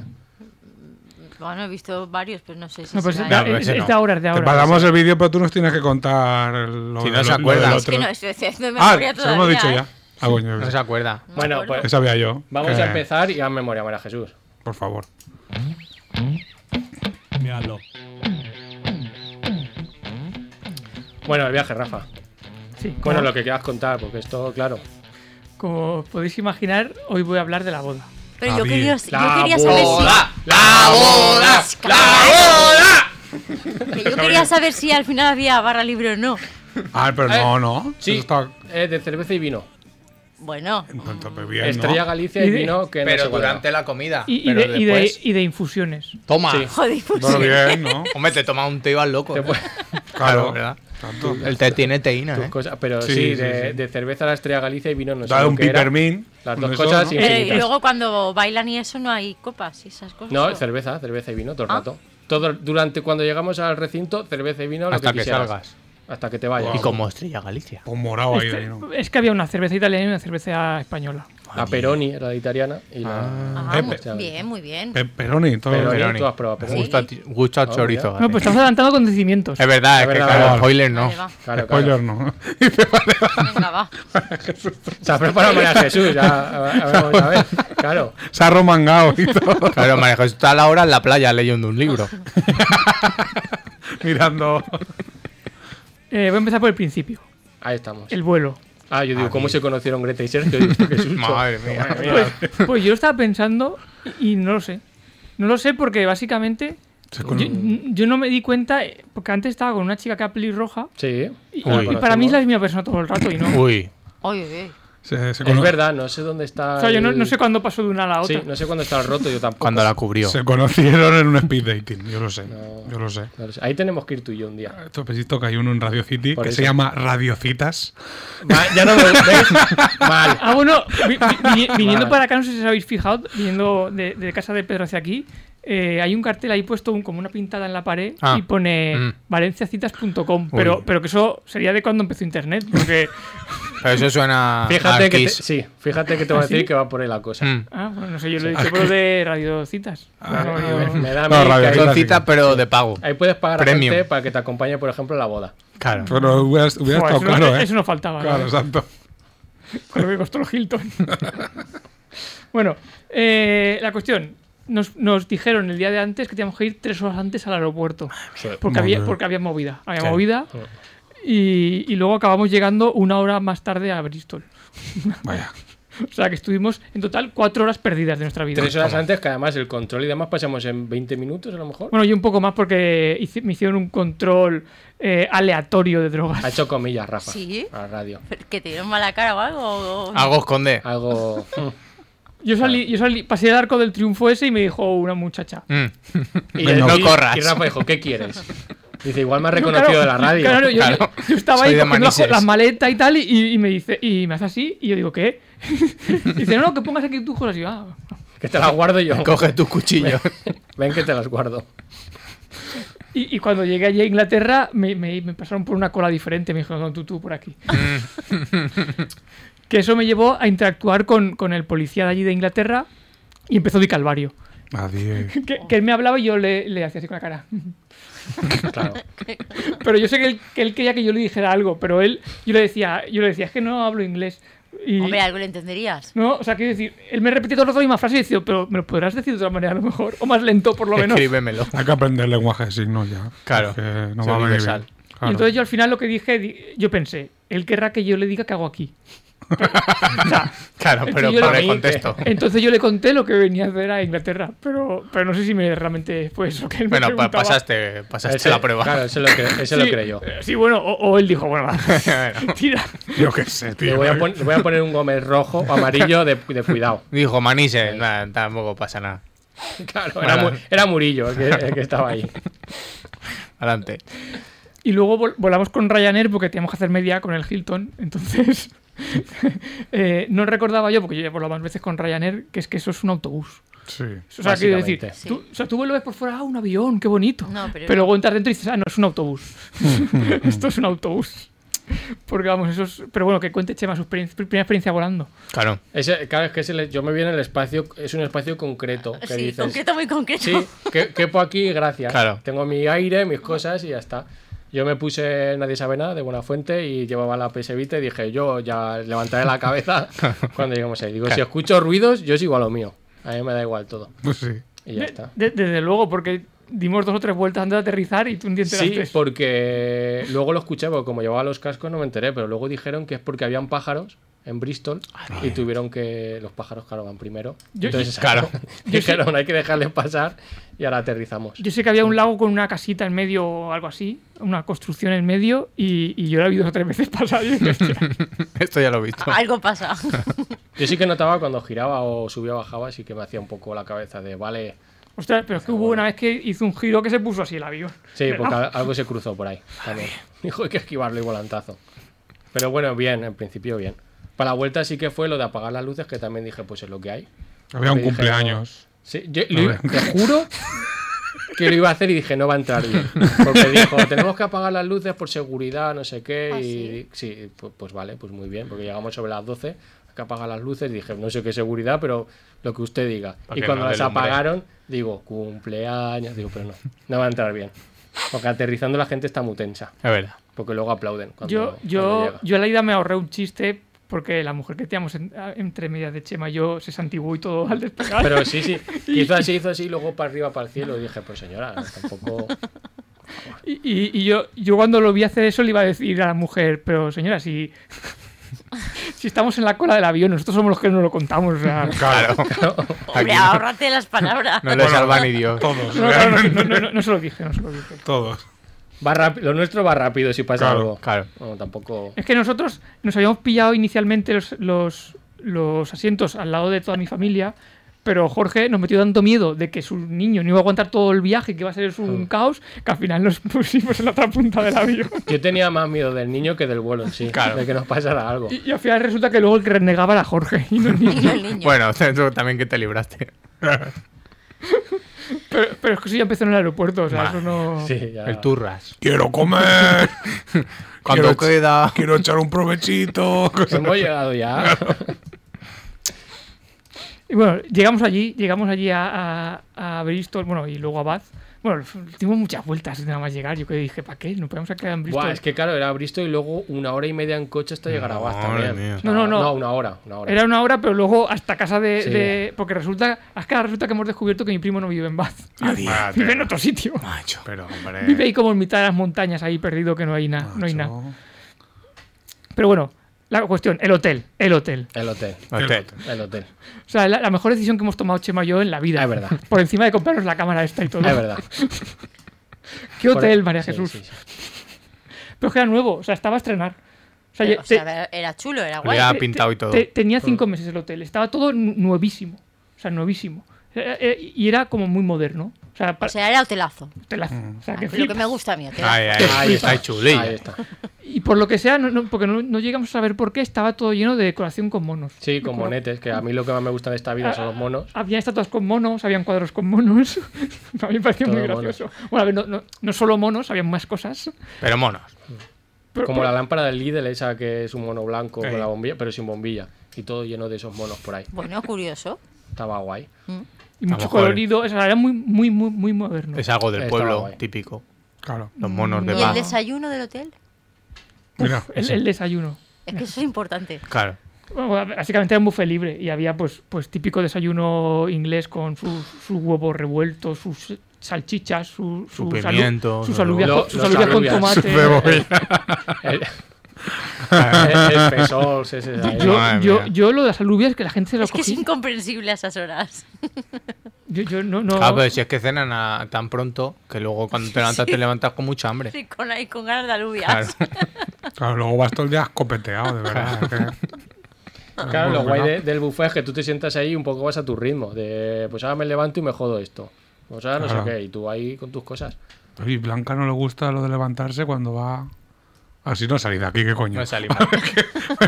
Bueno, he visto varios, pero no sé si
No, pues es,
será-
No,
de-
eh,
pero
es-
ese
es
no.
de ahora, es de
Te
ahora.
pasamos el vídeo, pero tú nos tienes que contar lo
Si
de-
no se
lo- lo
acuerda.
del
Es que
otro.
no estoy haciendo
Ah,
memoria
se lo
todavía.
hemos dicho ya.
¿eh?
Ah, coño,
No se acuerda.
Bueno,
acuerdo.
pues
que sabía yo.
vamos
Que-
a empezar y a memoria, María Jesús.
Por favor.
Miradlo.
Bueno, el viaje, Rafa.
Sí,
Bueno,
como-
lo que quieras contar, porque esto, claro.
Como os podéis imaginar, hoy voy a hablar de la boda.
Pero yo
Javi.
quería,
La
yo quería saber si.
¡Boda! ¡La boda! ¡La
que yo quería saber si al final había barra libre o no.
Ah, pero
Eh,
no, no.
Sí,
Eso está.
eh, de cerveza y vino. <laughs>
Bueno,
En cuanto a bien,
Estrella
¿no?
Galicia y,
Y de-
vino que
boda!
no
Pero
sé cuál era.
durante la comida.
Y, y
Pero
de, y de-
después.
y de infusiones.
Toma.
Sí.
joder, pues
Bueno,
<laughs>
bien, ¿no?
Hombre, te toma un té y vas loco.
Te
¿eh?
puede-
<laughs>
Claro,
¿verdad?
Tanto.
El té tiene teína,
tus
¿eh?
cosas- pero sí,
Sí, sí,
de,
sí.
de cerveza a la Estrella Galicia y vino no sé
Dale
lo
un
que era.
pipermín.
Las
un
dos
de
cosas
esos,
y-
¿no?
Pero, y
infinitas.
luego cuando bailan y eso no hay copas y esas cosas.
No,
¿o?
cerveza, cerveza y vino todo el
Ah.
rato. Todo, durante cuando llegamos al recinto, cerveza y vino lo
Hasta
que
que
quisieras.
salgas.
Hasta que te vayas.
Y como estrella Galicia.
Con Pues morado ahí,
Este-
ahí, ¿no?
Es que había una cerveza italiana y una cerveza española.
La Peroni era la italiana y la.
Ah,
Eh,
muy
pe-
bien, muy bien.
Pe- Peroni, todo.
Peroni.
Peroni.
tú has probado Peroni.
Gusto a, ti- gusto a
Oh,
chorizo.
mira.
hace.
No, pues estamos adelantando acontecimientos.
Es verdad, es,
Es
que
verdad,
claro,
vale.
spoiler no.
Vale, va.
Claro, claro.
Spoiler, no. <laughs>
Venga, va.
Se ha preparado María Jesús, ya a- a- vamos a ver. Claro.
Se ha romangado y todo. <laughs>
Claro, manejo, está a la hora en la playa leyendo un libro.
mirando.
Eh, voy a empezar por el principio.
Ahí estamos.
El vuelo.
Ah, yo digo, ¿cómo se conocieron Greta y Sergio? Yo digo, qué susto.
Madre mía.
Pues, pues yo lo estaba pensando y no lo sé. No lo sé porque básicamente
Se con-
yo, yo no me di cuenta, eh, porque antes estaba con una chica que era pelirroja
Sí. pues,
y,
Uy.
y para mí es la misma persona todo el rato
<laughs>
y no.
Uy,
Oye, oye.
se- se
Es
cono-
verdad, no sé dónde está.
O sea, yo no,
el-
no sé cuándo pasó de una a la otra.
Sí, no sé cuándo está el roto, yo tampoco.
cuando la cubrió.
se conocieron en un speed dating, yo lo sé. Yo lo sé.
No lo sé. Ahí tenemos que ir tú y yo un
<laughs>
día.
Esto pesito que hay uno en Radio City
Por
que
eso.
se llama Radiocitas.
Va, ya no me. ¿ves? <laughs> Mal.
Ah, bueno, vi- vi- vi- viniendo
Vale.
para acá, no sé si os habéis fijado, viniendo de, de casa de Pedro hacia aquí, eh, hay un cartel ahí puesto un- como una pintada en la pared
Ah.
y pone
Mm.
valenciacitas.com, pero, pero que eso sería de cuando empezó Internet, porque
Pero eso suena.
Fíjate
a
que, te,
Kiss.
sí, fíjate que te voy a decir que va por ahí la cosa.
Ah, Mm.
Ah, bueno, no sé, yo lo he dicho por lo de radiocitas.
Ah,
No, yo-
Me da a
No,
mí que
radio,
ahí-
claro.
Son citas, pero de pago.
Ahí puedes pagar a
Premium.
gente para que te acompañe, por ejemplo, a la boda.
Claro.
Pero hubiera, hubiera
Joder,
estado
eso, no-
claro, ¿eh?
eso no faltaba. ¿no?
Claro, exacto.
Con lo que costó el Hilton. bueno, eh, la cuestión. Nos, nos dijeron el día de antes que teníamos que ir tres horas antes al aeropuerto. Porque,
Madre
había,
mía.
porque había movida. Había
Sí.
movida.
Ah.
Y, y luego acabamos llegando una hora más tarde a Bristol. <laughs>
Vaya.
O sea que estuvimos en total cuatro horas perdidas de nuestra vida.
Tres horas antes, que además el control y demás pasamos en 20 minutos a lo mejor.
Bueno, y un poco más porque hice- me hicieron un control eh, aleatorio de drogas.
Ha hecho comillas, Rafa.
Sí.
A la radio.
Pero ¿Que te dieron mala cara o algo?
Ah,
o-
Algo esconde. <laughs>
Algo. mm.
Yo salí, yo salí, pasé el arco del triunfo ese y me dijo una muchacha.
Mm.
Y,
Venga, no corras.
Y Rafa dijo, ¿qué quieres? Dice, igual me has
Yo,
reconocido de la
claro,
radio.
claro, yo,
Claro.
yo- yo estaba
Soy
ahí
de
cogiendo las,
Manises.
las maletas y tal, y, y me dice, y me hace así, y yo digo, ¿qué? <laughs> Y dice, no, no, que pongas aquí tus cosas. Y yo, ah.
Que te las guardo yo.
Coge tus cuchillos.
Ven que te las guardo.
Y, y cuando llegué allí a Inglaterra, me, me- me pasaron por una cola diferente. Me dijeron, no, tú, tú, por aquí. que eso me llevó a interactuar con, con el policía de allí de Inglaterra y empezó mi calvario.
Nadie.
Que, que él me hablaba y yo le, le hacía así con la cara. <laughs>
<laughs>
Claro.
Pero yo sé que él, que él quería que yo le dijera algo, pero él, yo le decía, yo le decía, es que no hablo inglés. Y,
Hombre, algo le entenderías.
No, o sea, quiero decir, él me repetía todo el rato la misma frase y decía, pero me lo podrás decir de otra manera a lo mejor, o más lento por lo menos.
Escríbemelo.
Hay que aprender lenguaje de signos ya.
Claro.
porque No
Es
va a venir
universal.
bien.
Y
Claro.
entonces yo al final lo que dije, di- yo pensé, él querrá que yo le diga qué hago aquí. O sea,
Claro,
Sí,
pero
yo
para
lo
el
vi,
contexto.
entonces <laughs> yo le conté lo que venía a hacer a Inglaterra, pero, pero no sé si me realmente fue eso que él me
Bueno, pa-
preguntaba.
pasaste, pasaste
Ese-
la prueba.
Claro, ese lo, cre- ese lo
Sí,
creyó.
eh, Sí, bueno, o, o él dijo, bueno, va,
<laughs> Bueno,
tira.
Yo qué sé,
Le
tío. ¿eh?
voy, a pon- le voy a poner un gómez rojo o amarillo de, de
<laughs>
cuidado.
Dijo Manises, "Nah, tampoco pasa nada.
Claro, era, Mu- era Murillo el que, el que estaba ahí.
Adelante.
Y luego vol- volamos con Ryanair porque teníamos que hacer media con el Hilton. Entonces, <laughs> eh, no recordaba yo, porque yo ya volaba más veces con Ryanair, que es que eso es un autobús.
Sí.
O sea, quiero decir,
Básicamente.
Sí.
tú, o sea, tú vuelves por fuera, ah, un avión, qué bonito.
No, pero-
luego entras dentro y dices, ah, no, es un autobús. <laughs> Esto es un autobús. Porque vamos, eso es... Pero bueno, que cuente Chema su experien- primera experiencia volando.
Claro. <laughs>
Ese- claro, es que ese le- yo me vi en el espacio, es un espacio concreto. Que
<laughs> Sí,
dices,
concreto, muy concreto.
Sí, que, quepo aquí, gracias.
Claro.
Tengo mi aire, mis cosas y ya está. Yo me puse Nadie sabe nada de buena fuente y llevaba la PS Vita y dije, yo ya levantaré la cabeza cuando lleguemos ahí. Digo, si escucho ruidos, yo sigo a lo mío. A mí me da igual todo.
Pues sí.
Y ya
De-
está.
de- desde luego, porque dimos dos o tres vueltas antes de aterrizar y tú un diente
Sí, pues, porque luego lo escuché, porque como llevaba los cascos no me enteré, pero luego dijeron que es porque habían pájaros en Bristol y tuvieron que. Los pájaros, claro, van primero.
Ah, Yo-
Entonces, <laughs>
claro.
dijeron, hay que dejarles pasar y ahora aterrizamos.
Yo sé que había un lago con una casita en medio o algo así, una construcción en medio, y, y yo la he visto tres veces <laughs> pasar. y
<laughs>
dije, "Hostia".
Esto ya lo he visto. <laughs>
Algo pasa.
Yo sí que notaba cuando giraba o subía o bajaba, sí que me hacía un poco la cabeza de, vale,
Ostras, pero es que hubo una vez que hizo un giro que se puso así el avión.
Ah, sí,
Pero ah.
porque
no,
al- algo se cruzó por ahí. también. Dijo, hay que esquivarlo y volantazo. Pero bueno, bien, en principio bien. Para la vuelta sí que fue lo de apagar las luces, que también dije, pues es lo que hay.
Había un
Me dijeron-
cumpleaños.
Sí, yo
No
lo-
veo.
te juro que lo iba a hacer y dije, no va a entrar bien. Porque dijo, tenemos que apagar las luces por seguridad, no sé qué.
¿Ah,
y sí, pues, pues vale, pues muy bien, porque llegamos sobre las 12, hay que apagar las luces. Y dije, no sé qué seguridad, pero lo que usted diga.
Para
Y
que
cuando
no
las
delumbre.
apagaron, digo, cumpleaños. Digo, pero no, no va a entrar bien. Porque aterrizando la gente está muy tensa.
Es verdad.
Porque luego aplauden. Cuando,
yo,
cuando
yo,
llega.
yo a la ida me ahorré un chiste porque la mujer que teníamos en- a- entre medias de Chema y yo se santiguó y todo
<laughs>
al despegar.
Pero sí, sí, hizo así, hizo así, luego para arriba, para el cielo. Y dije, pues señora, tampoco.
Y, y- y yo, yo cuando lo vi hacer eso le iba a decir a la mujer, pero señora, si, <laughs> si estamos en la cola del avión, nosotros somos los que no lo contamos. o sea,
Claro.
Hombre,
Aquí no-
ahórrate las palabras.
<laughs> No le salva ni Dios.
Todos. ¿eh?
no, claro, no, no, no, no- no se lo dije, no se lo dije.
Todos.
Va rápido- lo nuestro va rápido si pasa
Claro,
algo.
claro.
No, tampoco.
Es que nosotros nos habíamos pillado inicialmente los, los, los asientos al lado de toda mi familia, pero Jorge nos metió tanto miedo de que su niño no iba a aguantar todo el viaje, que iba a ser un caos, que al final nos pusimos en la otra punta del avión.
Yo tenía más miedo del niño que del vuelo en sí.
Claro.
De que nos pasara algo.
Y, y al final resulta que luego el que renegaba era Jorge. Y no el niño.
<laughs>
Niño, el niño.
Bueno, tú también que te libraste.
<laughs> Pero, pero es que eso ya empezó en el aeropuerto, o sea,
Madre
eso no.
Sí, ya.
El turras.
Quiero comer.
<laughs> Cuando
ech-
queda.
Quiero echar un
<laughs>
provechito. cosas-
Hemos llegado ya.
Y bueno, llegamos allí, llegamos allí a, a, a Bristol, bueno, y luego a Bath. Bueno, tuvimos muchas vueltas nada más llegar. Yo que dije, ¿para qué? No podemos quedar en Bristol.
Buah, es que claro, era Bristol y luego una hora y media en coche hasta llegar a Bath
Madre
también.
mía.
No, no, no.
No, una hora, una hora.
Era una hora, pero luego hasta casa de.
Sí.
de- porque resulta, acá resulta que hemos descubierto que mi primo no vive en Bath.
Ah,
Madre,
Vive en otro sitio.
Eh.
Macho.
Pero, hombre.
<laughs> Vive ahí como en mitad de las montañas, ahí perdido que no hay nada. No hay nada.
macho.
Pero bueno, la cuestión, el hotel, el hotel.
El hotel,
Hostia.
el
<laughs>
hotel.
O sea, la, la mejor decisión que hemos tomado Chema y yo en la vida.
Ah, Es verdad.
<laughs> Por encima de comprarnos la cámara esta y
<laughs>
todo.
Es verdad.
¿Qué
Por-
hotel, María
sí,
Jesús?
sí, sí.
Pero es que era nuevo, o sea, estaba a estrenar. O sea,
Eh,
ye-
o sea,
te-
era- era chulo, era
Le
guay.
ha
te-
pintado y todo.
te- tenía cinco meses el hotel, estaba todo nu- nuevísimo. O sea, nuevísimo. Eh, eh, Y era como muy moderno. O sea,
O
para-
sea, era hotelazo.
hotelazo.
Mm.
O sea, que
Lo que
flipas.
me gusta a mí, hotelazo.
Ay, ay,
Ahí
está chulilla.
Ahí está.
Y por lo que sea, no- no- porque no, no llegamos a saber por qué, estaba todo lleno de decoración con monos.
Sí, con monetes, que a mí lo que más me gusta de esta vida son los monos.
Había estatuas con monos, habían cuadros con monos. <laughs> a mí me pareció muy
Todo monos.
gracioso. Bueno, a ver, no, no- no solo monos, había más cosas.
Pero monos.
<laughs> Pero-
Como la
pero-
lámpara del Lidl, esa que es un mono blanco
Sí.
con la bombilla, pero sin bombilla. Y todo lleno de esos monos por ahí.
Bueno, curioso.
Estaba guay.
y
A lo
mucho
mejor-
colorido. O sea, era muy, muy, muy, muy moderno.
Es algo del
Estaba
pueblo
guay.
típico.
Claro.
Los monos de
¿Y el
paz.
desayuno del hotel?
Mira,
El, el desayuno.
Es que eso es importante.
<laughs>
Claro.
Bueno, básicamente era un buffet libre y había pues, pues típico desayuno inglés con sus sus huevos revueltos, sus salchichas, su,
Su
sus alu-
pimiento,
sus
su-
alubias,
Lo-
con- sus
los
alubias con
alubias.
tomate.
<laughs> El, el, el fesol, sí, sí, sí, ahí.
Yo,
Madre
yo,
mía.
yo lo de las alubias que la gente se lo
Es que es
cogía.
incomprensible a esas horas.
Yo, yo no, no-
Claro, pues. pero si es que cenan a- tan pronto que luego cuando te levantas te levantas con mucha hambre.
Sí, con, ahí con ganas de alubias.
Claro.
claro, luego vas todo el día escopeteado, de verdad.
<laughs>
es que-
Claro, lo
Bueno,
guay
no.
de- del buffet es que tú te sientas ahí y un poco vas a tu ritmo. De pues ahora me levanto y me jodo esto. Pues ahora no
Claro.
sé qué. Y tú ahí con tus cosas.
Oye, Blanca no le gusta lo de levantarse cuando va. Así no salí de aquí, ¿qué coño?
No salimos.
<laughs>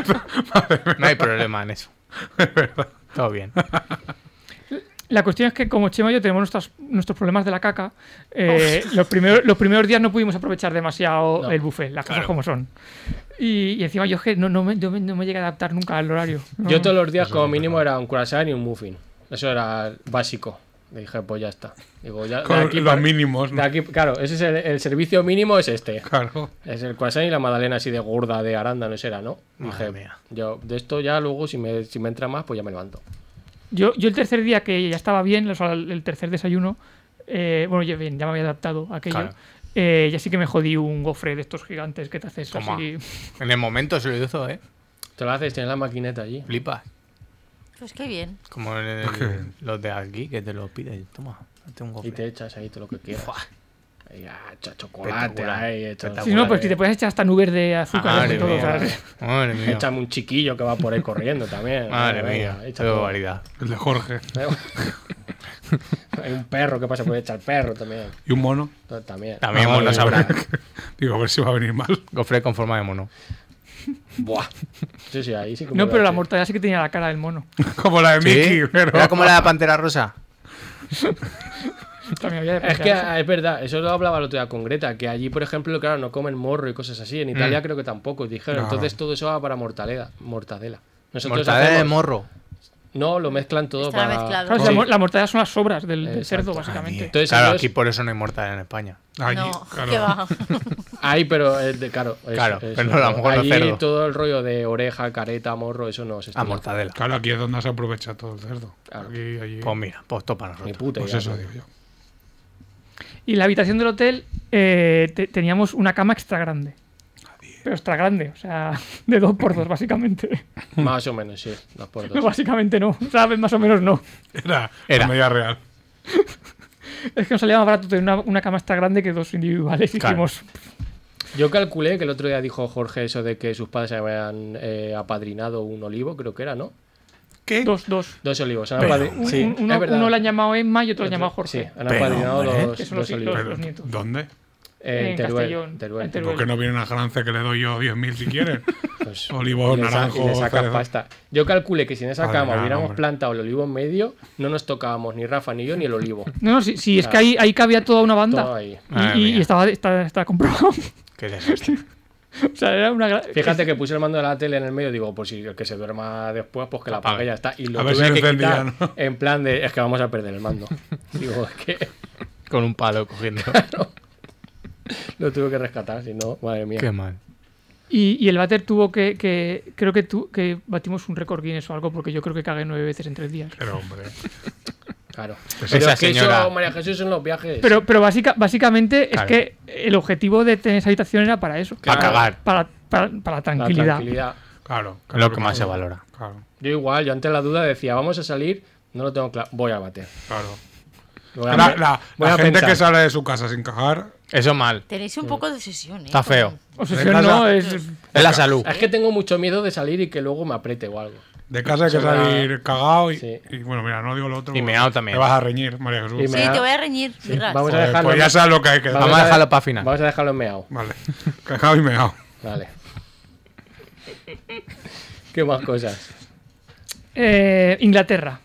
no hay problema en eso. Todo bien.
La cuestión es que como Chema y yo tenemos nuestras- nuestros problemas de la caca, eh,
Oh.
los, primeros, los primeros días no pudimos aprovechar demasiado
No.
el buffet, las cosas como son. Y, y encima yo es que no, no me, yo me- no me llegué a adaptar nunca al horario. No,
Yo todos los días, como mínimo, era un croissant y un muffin. Eso era básico. Le dije, pues ya está. Digo, ya, de
Con
aquí,
los
para-
mínimos,
de
¿no?
aquí- claro, ese es el, el servicio mínimo, es este.
Claro.
Es el croissant y la magdalena así de gorda, de arándano, será, ¿no?
Madre
Dije,
mía.
yo de esto ya luego, si me, si me entra más, pues ya me levanto.
Yo, yo el tercer día que ya estaba bien, o sea, el tercer desayuno, eh, bueno, yo bien, ya me había adaptado a aquello.
Claro.
eh, ya sí que me jodí un gofre de estos gigantes que te haces
Toma.
así.
En el momento se lo hizo, ¿eh?
Te lo haces, tienes la maquineta allí.
Flipas.
Pues qué bien.
Como en el-
Es que-
los de aquí que te lo piden. Toma, hazte un
Y te
gofre.
echas ahí todo lo que quieras. Ahí, ah, cho- chocolate,
Espectacular.
ahí, echas-
Espectacular. eh.
Si no, pues si te puedes echar hasta nubes de azúcar y
Madre
todo.
mía.
¿sabes?
Madre mía.
Échame un chiquillo que va por ahí corriendo también.
<laughs> Madre
Venga,
mía.
echa
Qué
todo.
barbaridad.
El de Jorge.
<laughs> Hay un perro que pasa por echar perro también.
Y un mono.
Entonces, también.
También
Madre
mono
mía.
sabrá.
Digo, a ver si va a venir mal. <laughs>
Gofre con forma de mono.
Buah. Sí, sí, ahí sí que
No,
me
pero la
parece.
mortadela sí que tenía la cara del mono. <laughs>
Como la de
¿Sí?
Mickey, pero.
Era <laughs> como la de pantera rosa.
También había de
Es que
pensar eso.
ah, es verdad, eso lo hablaba el otro día con Greta, que allí, por ejemplo, claro, no comen morro y cosas así. En Italia
Mm.
creo que tampoco, dijeron.
No.
Entonces todo eso va para mortaleda, mortadela. Nosotros
Mortadela de
hacemos-
morro.
No, lo mezclan todo
Está
para...
mezclado.
Claro,
Sí.
o sea, la, mor- la mortadela son las sobras del, del
Exacto.
cerdo, básicamente.
Entonces,
claro,
ellos-
aquí por eso no hay mortadela en España.
<laughs> Allí,
no,
claro.
qué va.
<laughs>
Ahí, pero eh, de- claro. eso,
Claro,
eso,
pero no, a lo mejor no
allí
cerdo.
todo el rollo de oreja, careta, morro, eso no se
Ah,
estudia.
mortadela.
Claro, aquí es donde se aprovecha todo el cerdo.
Claro.
Aquí, allí.
Pues mira, pues topa
Ni
nosotros.
puta
Pues
idea,
eso
¿no?
digo yo.
Y la habitación del hotel eh, te- teníamos una cama extra grande. Pero extra grande, o sea, <laughs> de dos por dos, básicamente.
<laughs> Más o menos, sí. Dos por <laughs>
No,
dos.
básicamente no, <laughs> ¿sabes? Más o menos no.
Era,
Era.
la media real.
Es que nos salía más barato tener una, una cama extra grande que dos individuales. Y
Claro.
dijimos,
Yo calculé que el otro día dijo Jorge eso de que sus padres habían eh, apadrinado un olivo, creo que era, ¿no?
¿Qué?
dos, dos.
Dos olivos. Han
Pero,
apadrin-
Un-
sí,
un-
es
uno,
verdad.
uno lo han llamado Emma y otro lo han
Otro-
llamado Jorge.
Sí, han
Pero,
apadrinado
hombre,
dos,
que son
dos
los hijos.
olivos.
Pero,
nietos.
¿Dónde?
Eh,
En
Teruel,
Castellón,
Teruel.
en Teruel.
¿Por qué no vienen a Francia que le doy yo 10.000
<laughs>
si quieren?
Pues,
Olivos,
y le sa- y le
naranjos,
saca
cerezas.
pasta. Yo calculé que si en esa
Padre,
cama
nada,
hubiéramos
hombre.
plantado el olivo en medio, no nos tocábamos ni Rafa ni yo ni el olivo.
No, no, sí, sí, es
Ah.
que ahí, ahí cabía toda una banda.
Todo ahí.
Y-
Madre
Y,
mía.
estaba, está, está comprobado. <laughs> o
Qué desastre.
sea, era una gran-
Fíjate que puse el mando de la tele en el medio, digo, pues si el que se duerma después, pues que la apague
Apague.
ya está. Y lo
A ver
tuve
si lo
que quitar
encendía, ¿no?
<laughs> en plan de, es que vamos a perder el
<laughs>
mando. digo, es que
Con un palo cogiendo.
lo tuve que rescatar, si no, madre mía.
Qué mal.
Y, y el váter tuvo que, que- creo que tu- que batimos un récord Guinness o algo porque yo creo que cagué nueve veces en tres días.
Pero hombre,
Claro.
Esa
Pero es que
señora.
eso, María Jesús, en los viajes.
Pero, pero básica- básicamente
Claro.
es que el objetivo de tener esa habitación era para eso.
Para cagar.
Para, para, para
La
tranquilidad.
tranquilidad.
claro.
Es
claro
lo que más se valora.
Claro,
Yo igual, yo ante la duda decía, vamos a salir, no lo tengo claro, voy a bater.
claro.
Voy a-
La, la-
voy
la
a
gente
pensar.
que sale de su casa sin cagar,
Eso mal.
Tenéis un poco de obsesión, ¿eh?
Está
Con-
feo.
Obsesión
Venga,
no,
ya.
es
Es la salud.
Es que tengo mucho miedo de salir y que luego me apriete o algo.
de casa hay que
Eso era-
salir cagado y,
Sí.
y, bueno, mira, no digo lo otro.
Y
porque
meao también.
Te vas a reñir, María Jesús.
Y
Sí,
me-
te voy a reñir. Birras.
Vamos a
Joder,
dejarlo.
pues ya sabes lo que hay que
Vamos a dejarlo para final.
Vamos a dejarlo en meao.
Vale, <laughs> cagado y meao. <laughs>
Vale. ¿Qué más cosas?
eh, Inglaterra.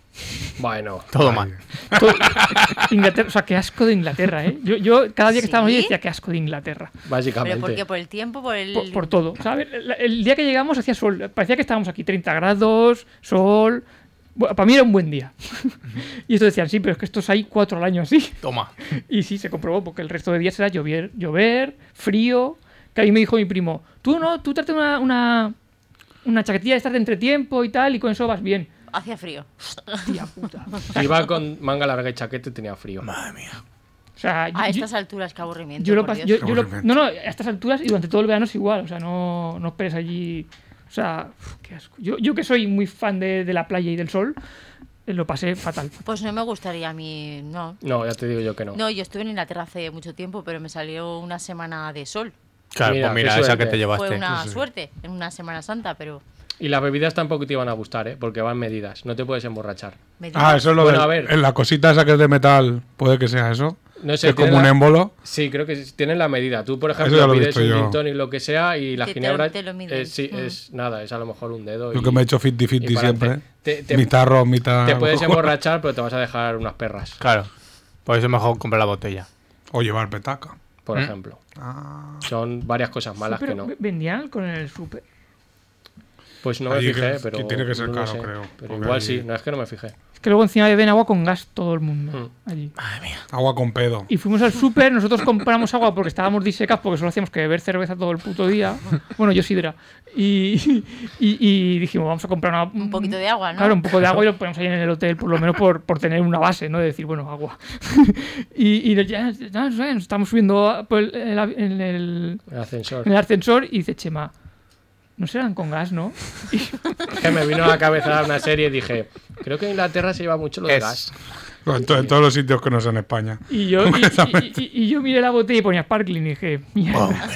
Bueno,
Todo mal.
<laughs> Inglaterra. O sea, qué asco de Inglaterra, ¿eh? Yo, yo cada día que estábamos
¿Sí?
allí decía qué asco de Inglaterra.
Pero
básicamente.
porque por el tiempo, por el.
Por, por todo. O sea, a ver, la- el día que llegamos hacía sol. Parecía que estábamos aquí, 30 grados, sol. Bueno, para mí era un buen día. <laughs> y esto decían, sí, pero es que estos hay cuatro al año así. <laughs>
Toma.
Y sí, se comprobó, porque el resto de días era llover, llover frío. Que ahí me dijo mi primo, tú no, tú trate una, una, una chaquetilla de estar de entretiempo y tal, y con eso vas bien.
Hacía frío.
Tía puta.
Si
<laughs>
iba con manga larga y chaqueta tenía frío.
O sea, yo,
A
yo-
estas alturas, qué aburrimiento.
yo lo
por
pas-
Dios.
yo- yo lo- No, no, a estas alturas y durante todo el verano es igual. O sea, no, no esperes allí. O sea, uf, qué asco. Yo, yo que soy muy fan de, de la playa y del sol, eh, lo pasé fatal.
Pues no me gustaría a mí. No.
No, ya te digo yo que no.
No, yo estuve en Inglaterra hace mucho tiempo, pero me salió una semana de sol.
Claro,
Mira,
pues mira,
qué
esa
suerte.
que te
Fue
llevaste.
una suerte en una Semana Santa, pero.
Y las bebidas tampoco te iban a gustar, ¿eh? porque van medidas. No te puedes emborrachar.
Me dio-
Ah, eso es lo
Bueno,
del-
a ver.
En la cosita esa que es de metal, puede que sea eso.
No sé,
que es
tiene
como un
la-
émbolo.
Sí, creo que sí, tienen la medida. Tú, por
Eso ya
ejemplo,
lo he
pides
visto
un
yo.
gin tonic, lo que sea, y la
Te- te lo-
ginebra
te lo miden.
eh, sí,
Mm.
es nada, es a lo mejor un dedo.
Yo
y-
que me he hecho 50-50
y para
siempre.
te- te-
mitad ron, mitad.
Te puedes
alcohol.
emborrachar, pero te vas a dejar unas perras,
Claro. Por eso es mejor comprar la botella.
O llevar petaca.
por ejemplo.
Ah.
Son varias cosas malas
Sí,
que
pero
no.
ve- vendían con el súper.
Pues no me
Allí
fijé,
que-
pero.
que tiene que ser
no lo
caro,
sé.
creo,
Pero
porque
igual
allí-
sí, no es que no me fijé.
Es que luego encima beben agua con gas todo el mundo
Mm.
allí.
Agua con pedo.
Y fuimos al súper, nosotros compramos agua porque estábamos disecas, porque solo hacíamos que beber cerveza todo el puto día. Bueno, yo sidra. Y, y, y dijimos, vamos a comprar una-
Un poquito de agua, ¿no?
Claro, un poco de agua y lo ponemos ahí en el hotel, por lo menos por, por tener una base, ¿no? De decir, bueno, agua. <laughs> y y ya, ya, ya, estamos subiendo a- por el- el av- en,
El
el,
<laughs>
ascensor.
en el ascensor y dice Chema, no serán con gas, ¿no?
Es que me vino a la cabeza una serie y dije, creo que en Inglaterra se lleva mucho lo de
Es.
Pues gas.
En, to- Pues en todos los sitios que no son España.
Y yo, y- y, y- y yo miré la botella y ponía sparkling y dije, mierda.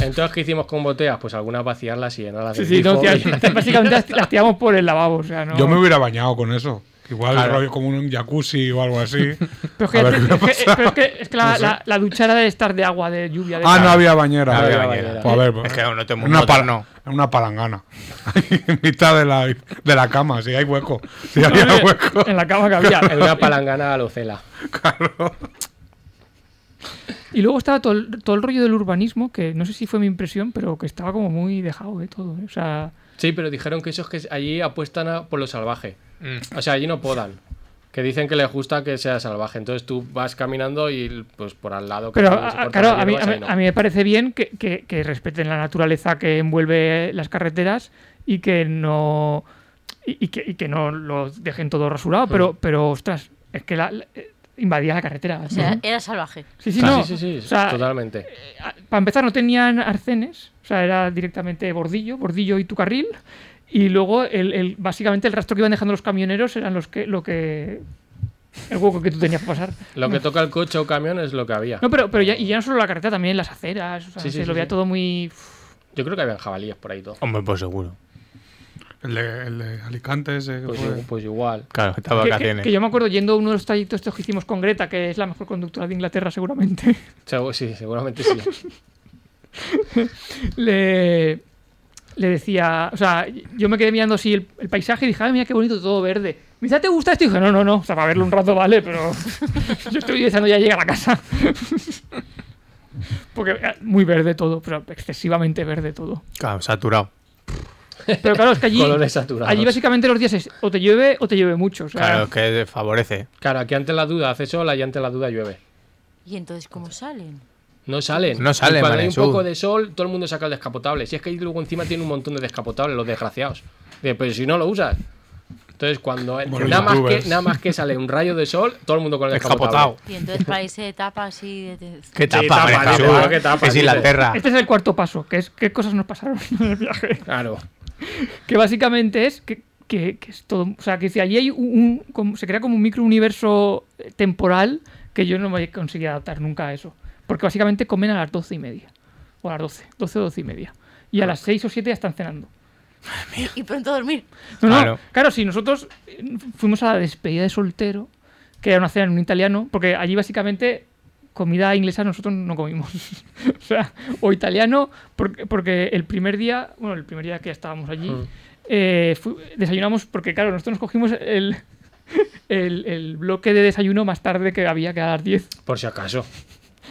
Entonces, ¿qué hicimos con botellas? Pues algunas vaciarlas y llenarlas de
Sí, sí, no,
grifo.
tía, las- <laughs> básicamente las, las tiramos por el lavabo, o sea, no.
Yo me hubiera bañado con eso. Igual
Claro.
rollo como un jacuzzi o algo así.
Pero es que,
A ver
es
qué
que- es que- pero es que- es que la, la, la ducha era de estar de agua, de lluvia. De
ah, no había bañera.
No había
Pues
bañera.
a ver,
Es que no te-
una,
no te-
pala-
no.
una palangana. <laughs> en mitad de la, de la cama, si hay hueco. Si
<laughs>
había
Hombre,
hueco.
En la cama que había.
En una
<laughs>
palangana a la ocela.
Y luego estaba todo el, todo el rollo del urbanismo, que no sé si fue mi impresión, pero que estaba como muy dejado de todo. ¿eh? O sea,
Sí, pero dijeron que esos que allí apuestan a- por lo salvaje. O sea, allí no podan. Que dicen que les gusta que sea salvaje. Entonces tú vas caminando y pues por al lado que
pero
también se
a- a-
cortan
claro,
las
a mí, a,
hierbas,
mí,
ahí no.
a mí me parece bien que, que- que respeten la naturaleza que envuelve las carreteras y que no y, y que, y que no lo dejen todo rasurado,
Hmm.
pero, pero ostras, es que la, la- eh, invadía la carretera.
O sea, era salvaje.
sí, sí,
Claro.
no.
Sí, sí, sí,
O sea,
totalmente.
a- para empezar no tenían arcenes, o sea, era directamente bordillo, bordillo y tu carril. Y luego, el, el- básicamente, el rastro que iban dejando los camioneros eran los que, lo que... El hueco que tú tenías que pasar.
Lo que toca el coche o camión es lo que había.
No, pero, pero ya, y ya no solo la carretera, también las aceras. O sea,
Sí,
no
sí,
sé,
sí,
lo veía
sí.
todo muy...
Yo creo que habían jabalíes por ahí todo.
Hombre, pues seguro.
El de, el de Alicante ese que
Pues,
fue.
i- pues igual.
Claro, está
Que- que-
vacaciones.
que yo me acuerdo yendo a uno de los trayectos estos que hicimos con Greta, que es la mejor conductora de Inglaterra seguramente.
Segu- sí, seguramente
<laughs>
sí.
le, le decía, o sea, yo me quedé mirando así el, el paisaje y dije, ay, mira qué bonito todo verde. Me dice, "¿Ah, ¿te gusta esto? Y dije, no, no, no, o sea, para verlo un rato vale, pero <laughs> yo estoy deseando ya llegar a casa. <laughs> Porque eh, muy verde todo, pero excesivamente verde todo.
Claro, saturado.
Pero
<laughs>
claro, es que allí,
Colores saturados.
allí básicamente los días es o te llueve o te llueve mucho. o sea,
Claro, es que favorece.
Claro, aquí ante la duda hace sol, allí ante la duda llueve.
¿Y entonces cómo salen?
No salen.
No salen,
Y Cuando hay un
Marisú.
poco de sol, todo el mundo saca el descapotable. Si es que ahí luego encima tiene un montón de descapotables, los desgraciados. De, pero si no lo usas. Entonces, cuando
Como los
nada más,
youtubers.
que, nada más que sale un rayo de sol, todo el mundo con el
Escapotado.
descapotable.
Y entonces para irse de tapa así de- de-
¿Qué tapa,
tapa,
María
tapa,
Jesús?
qué tapa,
Es
dice.
Inglaterra.
Este es el cuarto paso, que es qué cosas nos pasaron <laughs> en el viaje.
Claro.
Que básicamente es que, que- que es todo. O sea, que si allí hay un, un- como- se crea como un microuniverso eh, temporal que yo no me conseguí adaptar nunca a eso. Porque básicamente comen a las doce y media. O a las doce, doce o doce y media. Y a las seis o siete ya están cenando.
y, y pronto dormir.
No, no,
Claro.
claro. si nosotros eh, fuimos a la despedida de soltero, que era una cena en un italiano, porque allí básicamente comida inglesa nosotros no comimos. <laughs> o sea, o italiano, porque, porque el primer día, bueno, el primer día que estábamos allí, eh, fu- desayunamos, porque claro, nosotros nos cogimos el, <laughs> el, el bloque de desayuno más tarde que había que a las 10.
Por si acaso.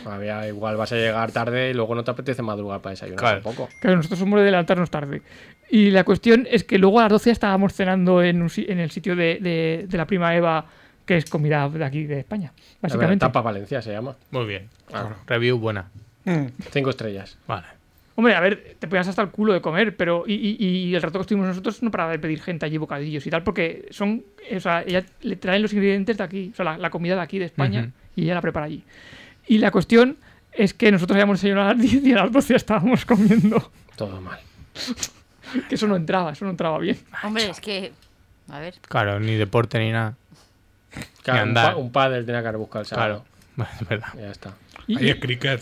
Había, igual vas a llegar tarde y luego no te apetece madrugar para desayunar
Claro.
tampoco.
Claro, nosotros somos de levantarnos tarde. Y la cuestión es que luego a las 12 ya estábamos cenando en, un si- en el sitio de, de- de la prima Eva, que es comida de aquí de España,
La
básicamente.
Tapa Valencia se llama.
Muy bien.
Claro.
Review buena.
Mm.
Cinco estrellas.
Vale.
Hombre, a ver, te ponías hasta el culo de comer, pero. Y, y- y el rato que estuvimos nosotros no paraba de pedir gente allí bocadillos y tal, porque son. O sea, ella le traen los ingredientes de aquí, o sea, la, la comida de aquí de España,
Ujú.
y ella la prepara allí. Y la cuestión es que nosotros habíamos desayunado a las 10 y a las 12 ya estábamos comiendo. <laughs>
Todo mal.
Que eso no entraba, eso no entraba bien.
Hombre, es que. A ver.
Claro, ni deporte ni nada.
Claro, un,
andar.
pa- un padre tenía que haber buscado el sábado.
Claro. Es verdad.
Ya está.
Y-
Ahí es cricket.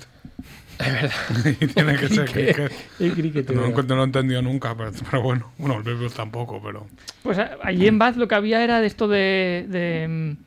<laughs> Ahí tiene que ser cricket.
El cricket,
No,
tío.
lo he- no lo he entendido nunca, pero, pero bueno. Bueno, el Bebel tampoco, pero.
Pues a- allí en Bath lo que había era de esto de. de mm,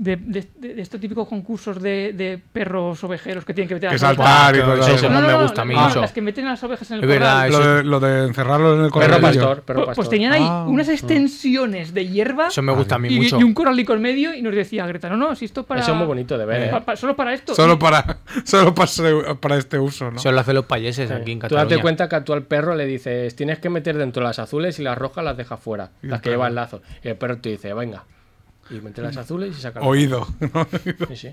de, de- de- de estos típicos concursos de, de perros ovejeros que tienen que meter a
Que
las
saltar.
ovejas.
y todo
eso,
eso.
no, me gusta a mí.
no,
eso.
las que meten a las ovejas en el
Es verdad,
corral.
eso-
Lo de, lo de encerrarlo en el
Perro
corral.
pastor, perro
Pues,
pastor.
pues tenían ahí
Ah.
unas extensiones de hierba
Eso me gusta a mí
y,
mucho.
y un corralico en medio y nos decía Greta, no, no, si esto es para...
Eso es muy bonito de ver, ¿eh?
pa- pa- solo para esto.
Solo para, <laughs> solo para, ese- para este uso, ¿no?
Eso lo hacen los payeses aquí en
Tú
Cataluña.
date cuenta que tú al perro le dices, tienes que meter dentro las azules y las rojas las dejas fuera,
Y
las
el
que
perro.
llevan lazos. Y el perro te dice, venga. Y mete las azules y saca las
Oído. ¿no?
rojas. Sí, sí.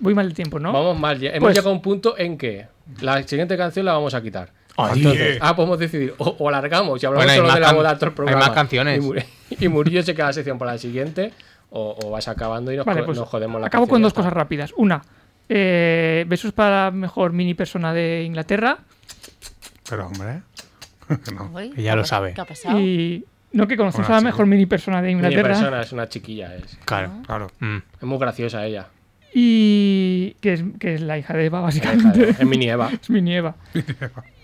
Voy mal de tiempo, ¿no?
Vamos mal, ya- hemos
Pues-
llegado a un punto en que la siguiente canción la vamos a quitar.
Oye.
Entonces, ah, podemos decidir, o, o alargamos y hablamos
Bueno, hay
solo
más
de la
can-
boda todo el
hay
programa.
más canciones.
Y, Mur- y Murillo se queda la sección para la siguiente, o, o vas acabando y nos,
Vale,
co-
pues
nos jodemos la
acabo
canción y
con
ya
dos
está.
cosas rápidas. Una, eh, besos para la mejor mini persona de Inglaterra
Pero, hombre. No.
uy,
Que ya
¿qué ha
lo
pas-
sabe.
¿Qué ha pasado?
y... No, que conocemos
Hola,
a la
sí.
mejor mini persona de
Mini
Inglaterra.
persona, es una chiquilla, es,
Claro.
Claro.
Mm.
es muy graciosa ella.
Y que es, que es la hija de Eva,
la hija de-
básicamente.
Es mini Eva.
<laughs> Es mi nieva.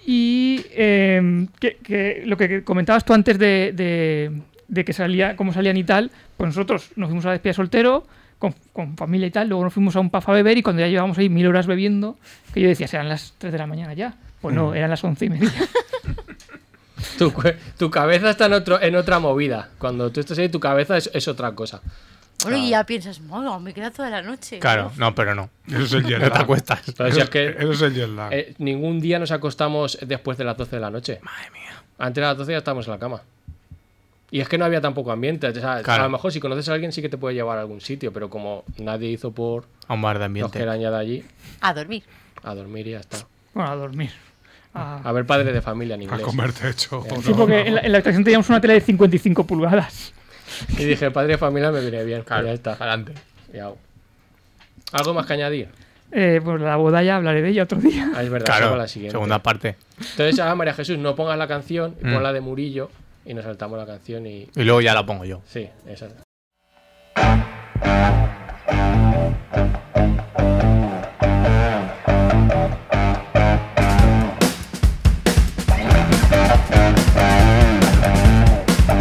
Y em, que, que lo que comentabas tú antes de, de- de que salía, cómo salían y tal, pues nosotros nos fuimos a la despedida de soltero con, con familia y tal, luego nos fuimos a un paf a beber y cuando ya llevábamos ahí mil horas bebiendo, que yo decía, serán las 3 de la mañana ya. Pues no, eran las 11 y media. <laughs>
Tu, cue- tu cabeza está en, otro, en otra movida. Cuando tú estás ahí, tu cabeza es, es otra cosa.
Bueno, y ya piensas, "Madre, me queda toda la noche.
Claro, no, pero no.
Eso es el jet
No te
lag.
acuestas.
Pero si es que
Eso es el jet lag.
eh, ningún día nos acostamos después de las 12 de la noche.
Madre mía.
Antes de las 12 ya estábamos en la cama. Y es que no había tampoco ambiente. o sea,
Claro.
A lo mejor si conoces a alguien sí que te puede llevar a algún sitio, pero como nadie hizo por
A un bar de
nos
ambiente.
queda añada allí,
A dormir.
a dormir y ya está.
Bueno, a dormir. A-
A ver padre de familia en
A
inglés.
comer techo.
Sí, porque en la, en la habitación teníamos una tele de 55 pulgadas.
Y dije, padre de familia me viene bien. Ya está.
Adelante.
Yao. ¿Algo más que añadir?
Eh, pues la boda ya hablaré de ella otro día. <laughs>
Ah, es verdad, eso
Claro,
para la siguiente.
segunda parte.
Entonces ahora María Jesús, no pongas la canción,
Mm.
pon la de Murillo y nos saltamos la canción y...
Y luego ya la pongo yo.
Sí, exacto.
Thank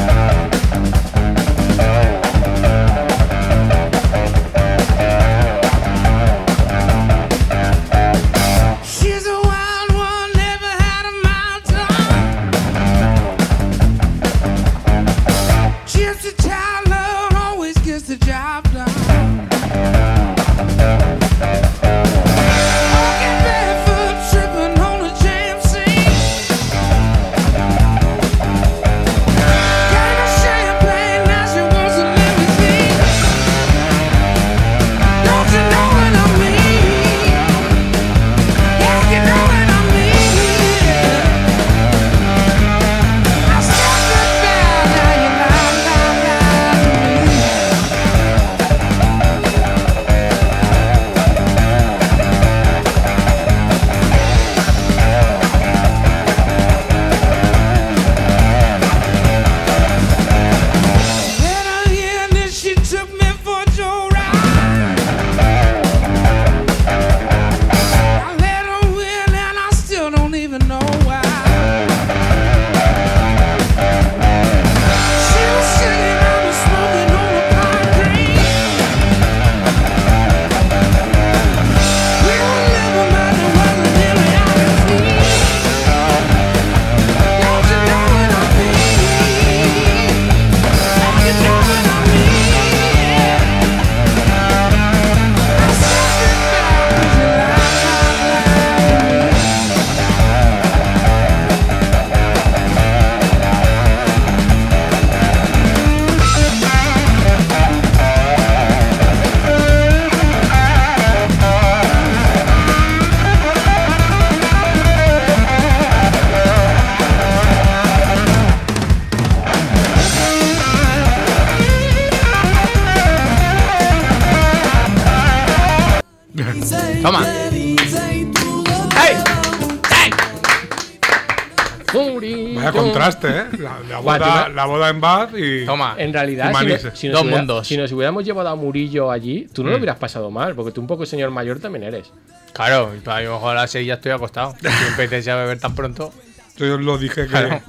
Vaya contraste, ¿eh? La, la
Guau,
boda,
tío,
la boda en Bath y.
Toma.
En realidad, si,
Y
no-
manises.
si nos
Dos
hubiera-
mundos. Mm.
si nos hubiéramos llevado a Murillo allí, tú no lo hubieras pasado mal, porque tú un poco señor mayor también eres.
Claro, y pa- a lo mejor a las seis ya estoy acostado. Siempre te a beber tan pronto.
Yo os lo dije que,
Claro.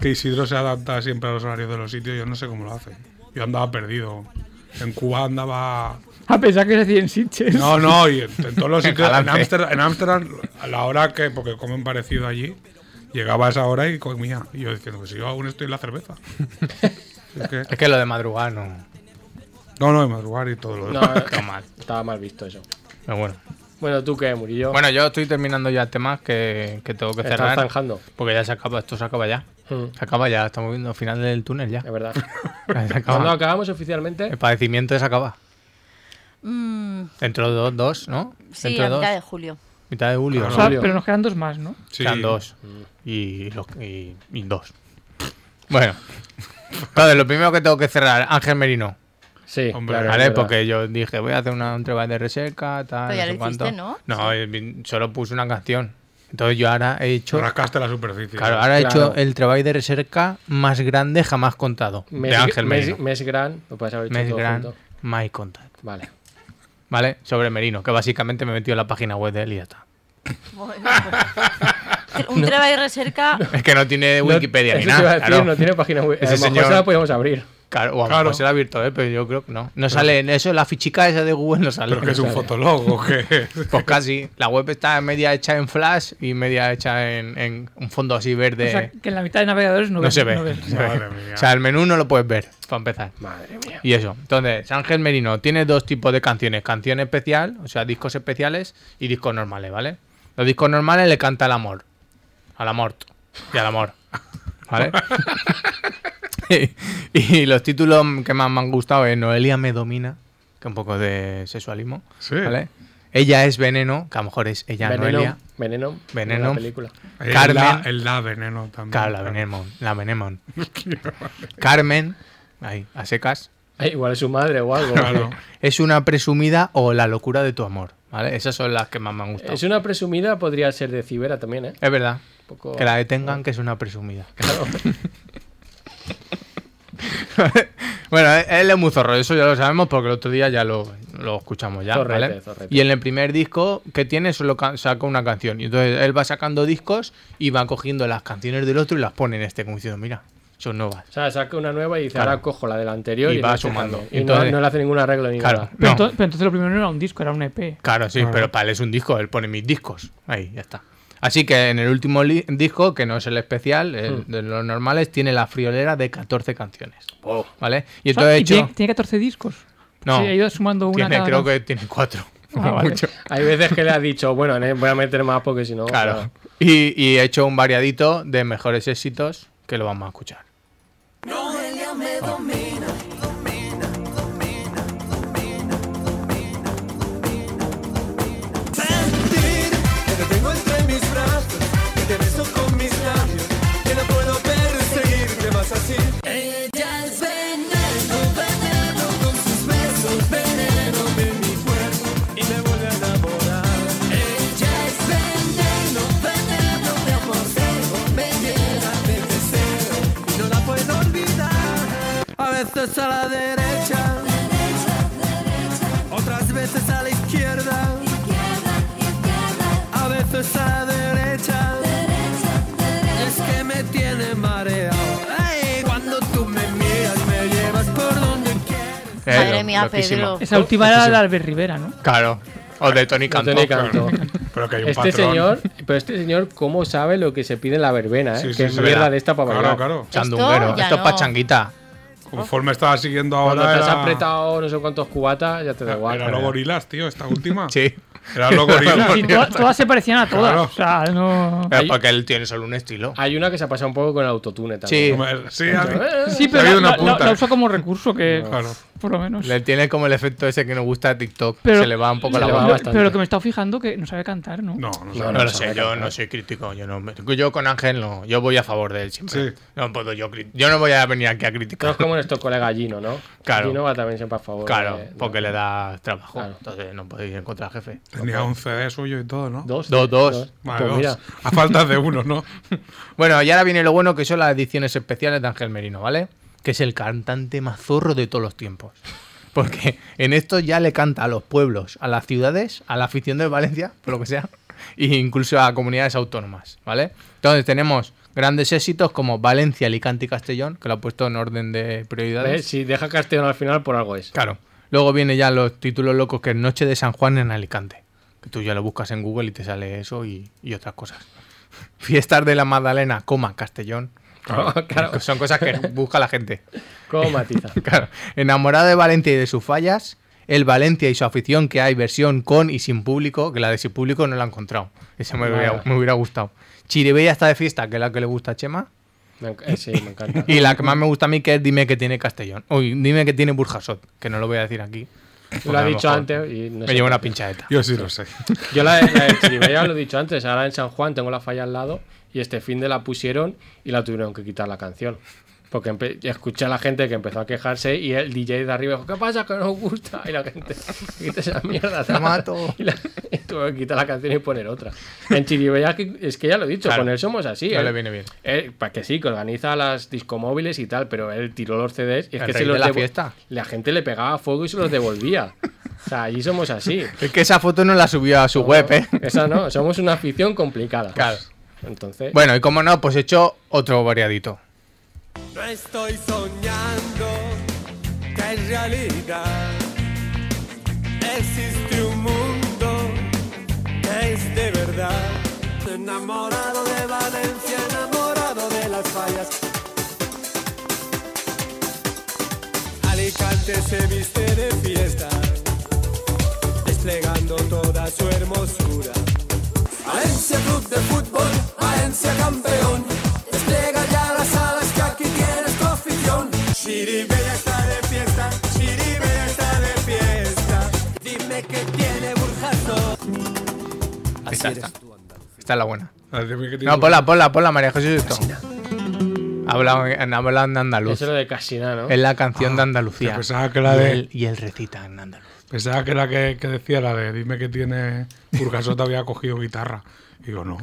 que Isidro se adapta siempre a los horarios de los sitios. Yo no sé cómo lo hace. Yo andaba perdido. En Cuba andaba.
A pesar que se hacía en Sitges.
No, no, y en, en todos los sitios. en
Jalante.
Ámsterdam, en Ámsterdam, a la hora que. Porque comen parecido allí. Llegaba a esa hora y comía. Y yo diciendo, pues si yo aún estoy en la cerveza. Es que-
Es que lo de madrugar no.
no, no, de madrugar y todo lo
No,
demás.
<laughs> Está mal.
estaba mal visto eso.
Pero bueno.
Bueno, ¿tú qué, Murillo?
Bueno, yo estoy terminando ya el tema que, que tengo que
Estás
cerrar.
zanjando.
Porque ya se acaba, esto se acaba ya.
Mm.
Se acaba ya, estamos viendo el final del túnel ya.
Es
<laughs>
verdad.
Se acaba. Eh,
Cuando acabamos oficialmente,
El padecimiento se acaba.
Mm,
Dentro de dos, dos, ¿no?
sí,
Dentro
a
de dos.
mitad de julio.
Mitad de julio.
O
¿no?
sea,
Julio.
pero nos quedan dos más, ¿no?
Sí.
Quedan dos.
Mm.
Y, los, y, y dos. Bueno. Entonces, lo primero que tengo que cerrar, Ángel Merino.
sí,
Hombre,
claro, es
¿Vale?
verdad.
Porque yo dije, voy a hacer una, un trabajo de recerca, tal.
Pero ya
no sé
lo hiciste,
cuánto.
¿no?
eh, solo puse una canción. Entonces, yo ahora he hecho.
Rascaste la superficie.
Claro, ahora he
Claro.
hecho el trabajo de recerca más grande jamás contado.
Mes,
de Ángel
mes-
Merino.
mes gran, lo puedes haber hecho
Mes
todo
Grand
junto.
My Contact.
Vale.
¿Vale? Sobre Merino, que básicamente me he metido en la página web de él y ya está.
Bueno, pues. Un treba y recerca.
Es que no tiene
No-
<laughs> Wikipedia ni
eso te iba
nada.
a decir,
claro.
No tiene página web. A
Ese
lo mejor
señor-
se la podemos abrir.
Claro, o a lo
Claro.
mejor se la ha abierto, ¿eh? pero yo creo que no. No sale en eso, la fichica esa de Google no sale.
Pero que es un fotolog
<laughs>
o qué.
Pues casi. La web está media hecha en flash y media hecha en, en un fondo así verde.
O sea, que en la mitad de navegadores no,
Eh. no,
ves-
se ve.
no ves.
se ve.
Madre mía.
O sea, el menú no lo puedes ver, para empezar.
Madre mía.
Y eso. Entonces, Ángel Merino tiene dos tipos de canciones: canción especial, o sea, discos especiales y discos normales, ¿vale? Los discos normales le canta al amor, al amor y al amor, ¿vale? y los títulos que más me han gustado es Noelia me domina, que un poco de sexualismo,
Sí.
¿vale? Ella es veneno, que a lo mejor es ella
Veneno,
Noelia.
veneno.
Veneno.
La película.
El
Carmen.
la, el la veneno también.
Claro, la Venemon, la Venemon. Carmen, ahí, a secas.
Ay, <laughs> igual es su madre o algo.
Claro.
Es una presumida o la locura de tu amor, ¿vale? Esas son las que más me han gustado.
Es una presumida, podría ser de Cibera también, ¿eh?
Es verdad.
Un poco-
Que la detengan, que es una presumida.
Claro.
<laughs> bueno, él- él es muy zorro, eso ya lo sabemos porque el otro día ya lo, lo escuchamos ya.
Zorrete,
¿vale?
zorrete.
Y en el primer disco que tiene solo ca- saca una canción. Y entonces él va sacando discos y va cogiendo las canciones del otro y las pone en este, como diciendo, mira, son nuevas.
O sea, saca una nueva y dice,
Claro.
ahora cojo la del anterior.
Y va
la estoy
sumando.
dejando. Y
Entonces-
no, no le hace ningún arreglo ni
Claro,
nada.
Pero,
no.
ento- pero entonces lo primero no era un disco, era un E EP.
Claro, sí, pero para él es un disco, él pone mis discos. Ahí, ya está. Así que en el último li- disco, que no es el especial, el
Hmm.
de los normales, tiene la friolera de 14 canciones. ¿Vale? Y
O sea,
entonces he
y tiene,
hecho.
tiene 14 discos.
No.
Sí, ha ido sumando una
Tiene,
cada-
creo que tiene
<laughs>
cuatro.
Ah, vale.
Mucho.
Hay veces que le ha dicho, bueno, ne, voy a meter más porque si no.
Claro. Y, y he hecho un variadito de mejores éxitos que lo vamos a escuchar.
sentir que te tengo entre mis brazos, que te beso con mis labios, que no puedo perseguirte más así. Ella es veneno, veneno con sus besos, veneno de mi cuerpo y me vuelve a enamorar. Ella es veneno, veneno de amor, me llena de deseo y no la puedo olvidar. A veces a la derecha, otras veces a la izquierda. A veces a la derecha, es que me tiene mareado. Ay, cuando tú me miras, me llevas por donde quieres.
Eh,
Madre
lo-
mía,
loquísima.
Pedro.
Esa última era la de Albert Rivera, ¿no?
Claro. O de Tony
No
Cantó.
tiene canto.
Pero que <laughs> hay un
Este
patrón.
señor, pero este señor, ¿cómo sabe lo que se pide en la verbena? Eh?
Sí, sí,
que es
sí,
mierda
verdad.
de esta para
Claro,
bailar.
claro.
Chandunguero. Esto,
ya
es
no.
pachanguita.
Conforme estaba siguiendo ahora.
Cuando te has
era-
apretado no sé cuántos cubatas, ya te da igual.
Era lo gorilas, tío, esta última.
Sí.
Era
<laughs>
lo gorilas.
pues
Sí, todas, todas se parecían a todas. O sea, no.
Pero
Hay-
porque él tiene solo un estilo.
Hay una que se ha pasado un poco con el autotune
Sí.
también.
Sí, a mí-
Eh,
Sí,
Ha
pero
habido
la,
una
la-
punta.
la usa como recurso que.
Claro.
por lo menos.
Le tiene como el efecto ese que nos gusta a TikTok.
Pero-
se le va un poco
se
la
le va
voz.
Pero-
bastante.
Pero lo que me he estado fijando que no sabe cantar, ¿no?
No, no sé.
No, lo sé, yo no soy crítico. Yo, no me- yo con Ángel no. Yo voy a favor de él siempre.
Sí.
No puedo yo, cri- yo no voy a venir aquí a
No
criticar.
es como nuestro colega Gino, ¿no?
Claro.
Gino va también siempre a favor.
Claro,
de- de-
porque le da trabajo.
Claro.
Entonces no podéis ir en contra del jefe.
Tenía un CD suyo y todo, ¿no?
Dos.
Dos, dos.
Vale,
Pues
dos.
mira,
A falta de uno,
<laughs>
¿no?
Bueno, y ahora viene lo bueno que son las ediciones especiales de Ángel Merino, ¿vale? Que es el cantante más zorro de todos los tiempos. Porque en esto ya le canta a los pueblos, a las ciudades, a la afición de Valencia, por lo que sea, e incluso a comunidades autónomas, ¿vale? Entonces tenemos grandes éxitos como Valencia, Alicante y Castellón, que lo ha puesto en orden de
¿ves?
prioridades.
si deja Castellón al final, por algo es.
Claro. Luego viene ya los títulos locos que es Noche de San Juan en Alicante. Que tú ya lo buscas en Google y te sale eso y, y otras cosas. <laughs> Fiestas de la Magdalena, coma, Castellón.
<laughs> Claro.
Son cosas que busca la gente.
¿Cómo matiza?
<laughs> Claro. Enamorado de Valencia y de sus fallas, el Valencia y su afición, que hay versión con y sin público, que la de sin público no la he encontrado. Ese me, hubiera,
Nada.
me hubiera gustado. Chiribella está de fiesta, que es la que le gusta a Chema.
Me enc- eh, sí, me encanta.
Y la que más me gusta a mí, que es Dime que tiene Castellón. Uy, dime que tiene Burjasot, que no lo voy a decir aquí.
Lo ha
porque a
dicho
mejor
antes y no
Me
sé
llevo
por
una
qué.
pinchadeta.
Yo sí lo sé.
Yo la, de- la de Chiribella lo he dicho antes, ahora en San Juan tengo la falla al lado y este fin de la pusieron y la tuvieron que quitar la canción. Porque empe- escuché a la gente que empezó a quejarse y el DJ de arriba dijo, ¿qué pasa? Que no os gusta. Y la gente, <laughs> quita esa mierda.
<laughs> Te <laughs> mato.
<laughs> Y, la, y tuvo que quitar la canción y poner otra. En Chiribella que- es que ya lo he dicho,
Claro.
con él somos así.
No
él-
le viene bien.
él- pa- que sí, que organiza las discomóviles y tal, pero él tiró los CDs y es
El
que
rey
se los
de la
devo-
fiesta.
La gente le pegaba fuego y se los devolvía. O sea, allí somos así.
Es que esa foto no la subió a su <laughs> web, ¿eh?
Esa no, somos una afición complicada.
Claro.
Entonces,
Bueno, y como no, pues he hecho otro variadito.
No estoy soñando que es realidad. Existe un mundo que es de verdad. Enamorado de Valencia, enamorado de las fallas. Alicante se viste de fiesta, desplegando toda su hermosura. Valencia Club de Fútbol, Valencia Campeón. Despliega ya las alas que aquí tienes tu afición. Chiribella está de fiesta, Chiribella está de fiesta. Dime que tiene burjazo.
Esta, esta. Esta es la buena. No, pues
No,
ponla, ponla, ponla, María José. Justo. Habla, en- habla en andaluz.
eso es lo de Casina, ¿no?
Es la canción de Andalucía.
Ah, yo pensaba que la
y,
de-
él, y él recita en andaluz.
Pensaba que era que, que decía la de dime que tiene Burgasota había cogido guitarra. Y digo, no.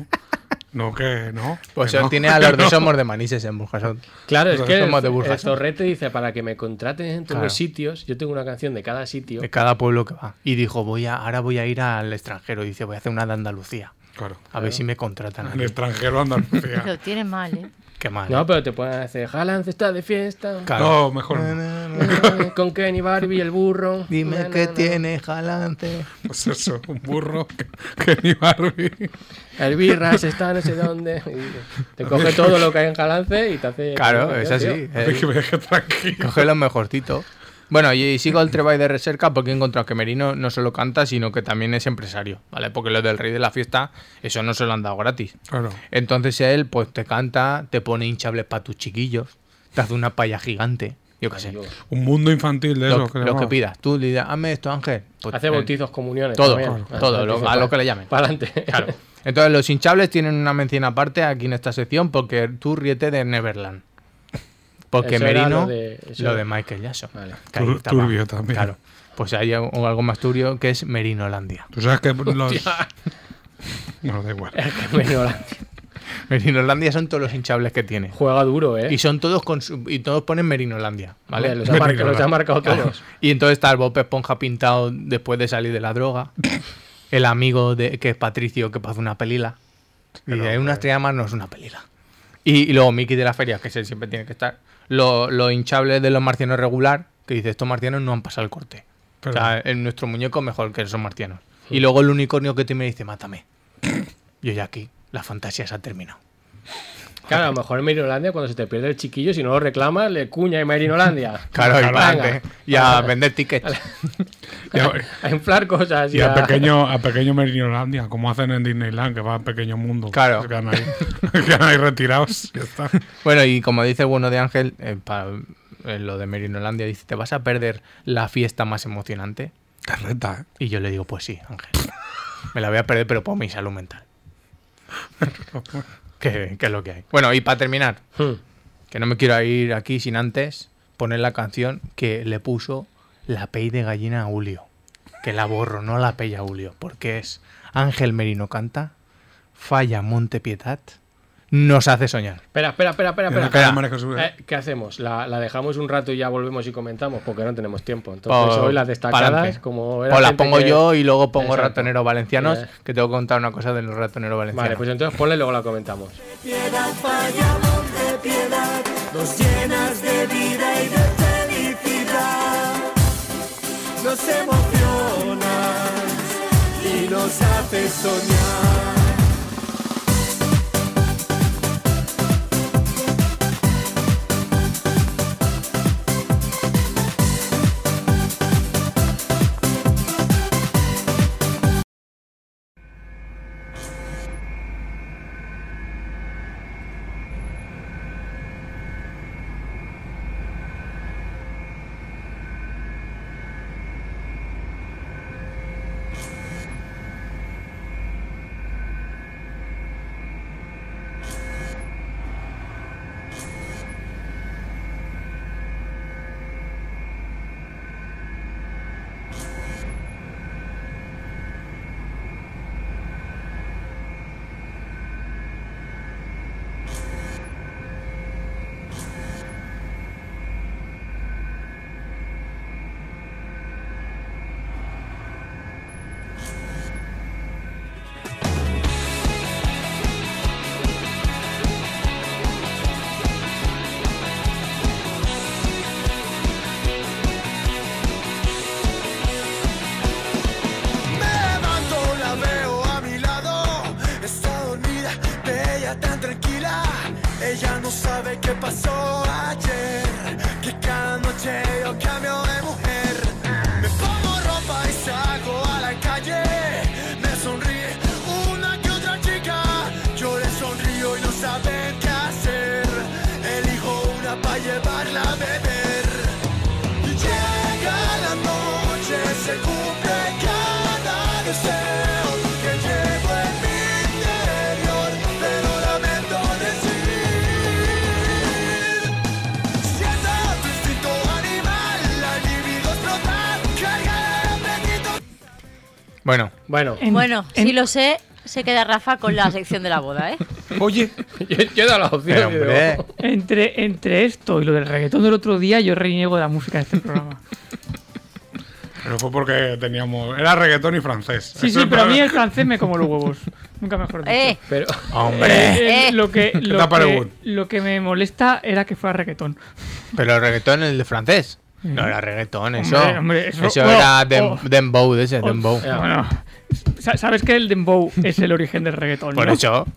No, que no.
Pues
que
eso
no, <laughs>
tiene a los
que
de
no.
Somos de Manises en Burjasot.
Claro, es
Los
que el,
somos de
el
Burjas.
Torrete dice, para que me contraten en todos
Claro.
los sitios, yo tengo una canción de cada sitio.
De cada pueblo que va. Y dijo, voy a, ahora voy a ir al extranjero. Y dice, voy a hacer una de Andalucía.
Claro.
A ver si me contratan.
El
aquí.
extranjero Andalucía.
<laughs>
Lo tiene mal, ¿eh?
Qué mal.
No, pero te pueden hacer, Jalan está de fiesta,
Claro.
No, mejor no.
con Kenny Barbie, el burro.
<laughs> Dime
na, na,
que
na.
tiene jalante.
Pues eso, un burro que, que ni Barbie.
El birras está no sé dónde. Y Te
<laughs>
coge todo lo que hay en Jalance y te hace...
Claro,
Tío,
es así.
tío.
Eh,
<laughs> Que me deje tranquilo.
Coge lo mejorcito. Bueno, y sigo el treball de recerca porque he encontrado que Merino no solo canta, sino que también es empresario, ¿vale? Porque lo del rey de la fiesta, eso no se lo han dado gratis.
Claro.
Entonces él, pues te canta, te pone hinchables para tus chiquillos, te hace una paya gigante, yo qué sé.
Digo,
Un mundo infantil de
Lo,
eso.
lo que pidas. Tú le dices, hazme esto, Ángel. Pues,
Hace
eh,
bautizos, comuniones.
todo,
también.
claro, todo, lo- a lo que le llamen.
Para adelante. <laughs>
Claro. <laughs> Entonces los hinchables tienen una mención aparte aquí en esta sección porque tú ríete de Neverland. Porque
Eso era
Merino,
lo de- eso
lo
era-
de Michael Jackson.
Vale.
que ahí
Tur-
estaba.
turbio también.
Claro. Pues hay un- algo más turbio que es Merinolandia.
Tú sabes que los. <laughs> Bueno, da igual.
Menorá.
Merinolandia son todos los hinchables que tiene.
Juega duro, ¿eh?
Y son todos con su- y todos ponen Merinolandia, ¿vale?
Hombre, los, ha mar- los ha marcado todos.
Y entonces está el Bob Esponja pintado después de salir de la droga. El amigo de, que es Patricio que pasa una pelila. Y de una estrella más no es una pelila. Y, y luego Mickey de la feria, que ese siempre tiene que estar. Lo, lo hinchable de los marcianos regular, que dice, estos marcianos no han pasado el corte.
Pero-
o sea, en nuestro muñeco mejor que esos marcianos. Y luego el unicornio que te me dice, mátame. Yo ya aquí, la fantasía se ha terminado.
Claro, a lo mejor en Merinolandia, cuando se te pierde el chiquillo, si no lo reclamas, le cuña en Merinolandia.
Claro, y,
Venga.
para adelante. y a
Vale.
vender tickets.
<laughs>
Y a,
eh.
A inflar cosas.
y a pequeño, a pequeño Merinolandia, como hacen en Disneyland, que va a pequeño mundo.
Claro.
Se <laughs> quedan ahí, se quedan ahí retirados. Ya está.
Bueno, y como dice el bueno de Ángel, eh, pa- eh, lo de Merinolandia, dice, ¿te vas a perder la fiesta más emocionante?
Te reta, ¿eh?
Y yo le digo, pues sí, Ángel. <laughs> Me la voy a perder, pero por mi salud mental. <laughs> que, que es lo que hay. Bueno, y para terminar,
Hmm.
que no me quiero ir aquí sin antes poner la canción que le puso la pey de gallina a Julio. Que la borro, no la pey a Julio, porque es Ángel Merino canta, falla Monte Pietat, nos hace soñar.
Espera, espera, espera, espera.
Mira la
espera.
cara de María Jesús, ¿eh?
Eh, ¿Qué hacemos? ¿La, la dejamos un rato y ya volvemos y comentamos? Porque no tenemos tiempo. Entonces,
Pa-
hoy las destacadas,
Pues, pa'lante.
como era
o las
gente
pongo
que-
yo y luego pongo
Exacto.
ratoneros valencianos,
Eh.
que tengo que contar una cosa de los ratoneros valencianos.
Vale, pues entonces ponle y luego la comentamos.
Piedad, falla, de piedad, nos llenas de vida y de felicidad. Nos emocionas y nos haces soñar. Me levanto, la veo a mi lado. Está dormida, bella, tan tranquila. Ella no sabe qué pasó ayer. Que cada noche yo cambio de mujer. Me pongo ropa y salgo a la calle. Me sonríe una que otra chica. Yo le sonrío y no saben qué hacer. Elijo una para llevarla a beber. Llega la noche, se cumple cada deseo que llevo en mi interior, pero lamento decir. Siento tu instinto animal, la libido explotar, carga el apetito.
<laughs>
Bueno,
Bueno,
En-
Bueno,
en-
si lo sé, se queda Rafa con la sección de
<laughs>
la boda, ¿eh?
Oye,
yo, yo he dado la opción.
pero, hombre,
digo,
Entre, entre esto y lo del reggaetón del otro día, yo reniego de la música de este
<laughs>
programa.
pero fue porque teníamos. Era reggaetón y francés.
Sí,
Eso es
sí, pero a
para-
mí el francés me como los huevos. Nunca mejor dicho.
Eh,
pero
hombre.
Eh,
Eh.
Lo, que,
tal
lo,
para
que,
Wood?
lo que me molesta era que fuera reggaetón.
Pero el reggaetón es de francés. No era reggaetón, eso.
hombre, eso-
Eso
bueno,
era dem-
oh.
dembow, de ese, dembow.
Ya.
Bueno, sa- sabes que el dembow es el origen del reggaetón.
Por
¿no?
eso,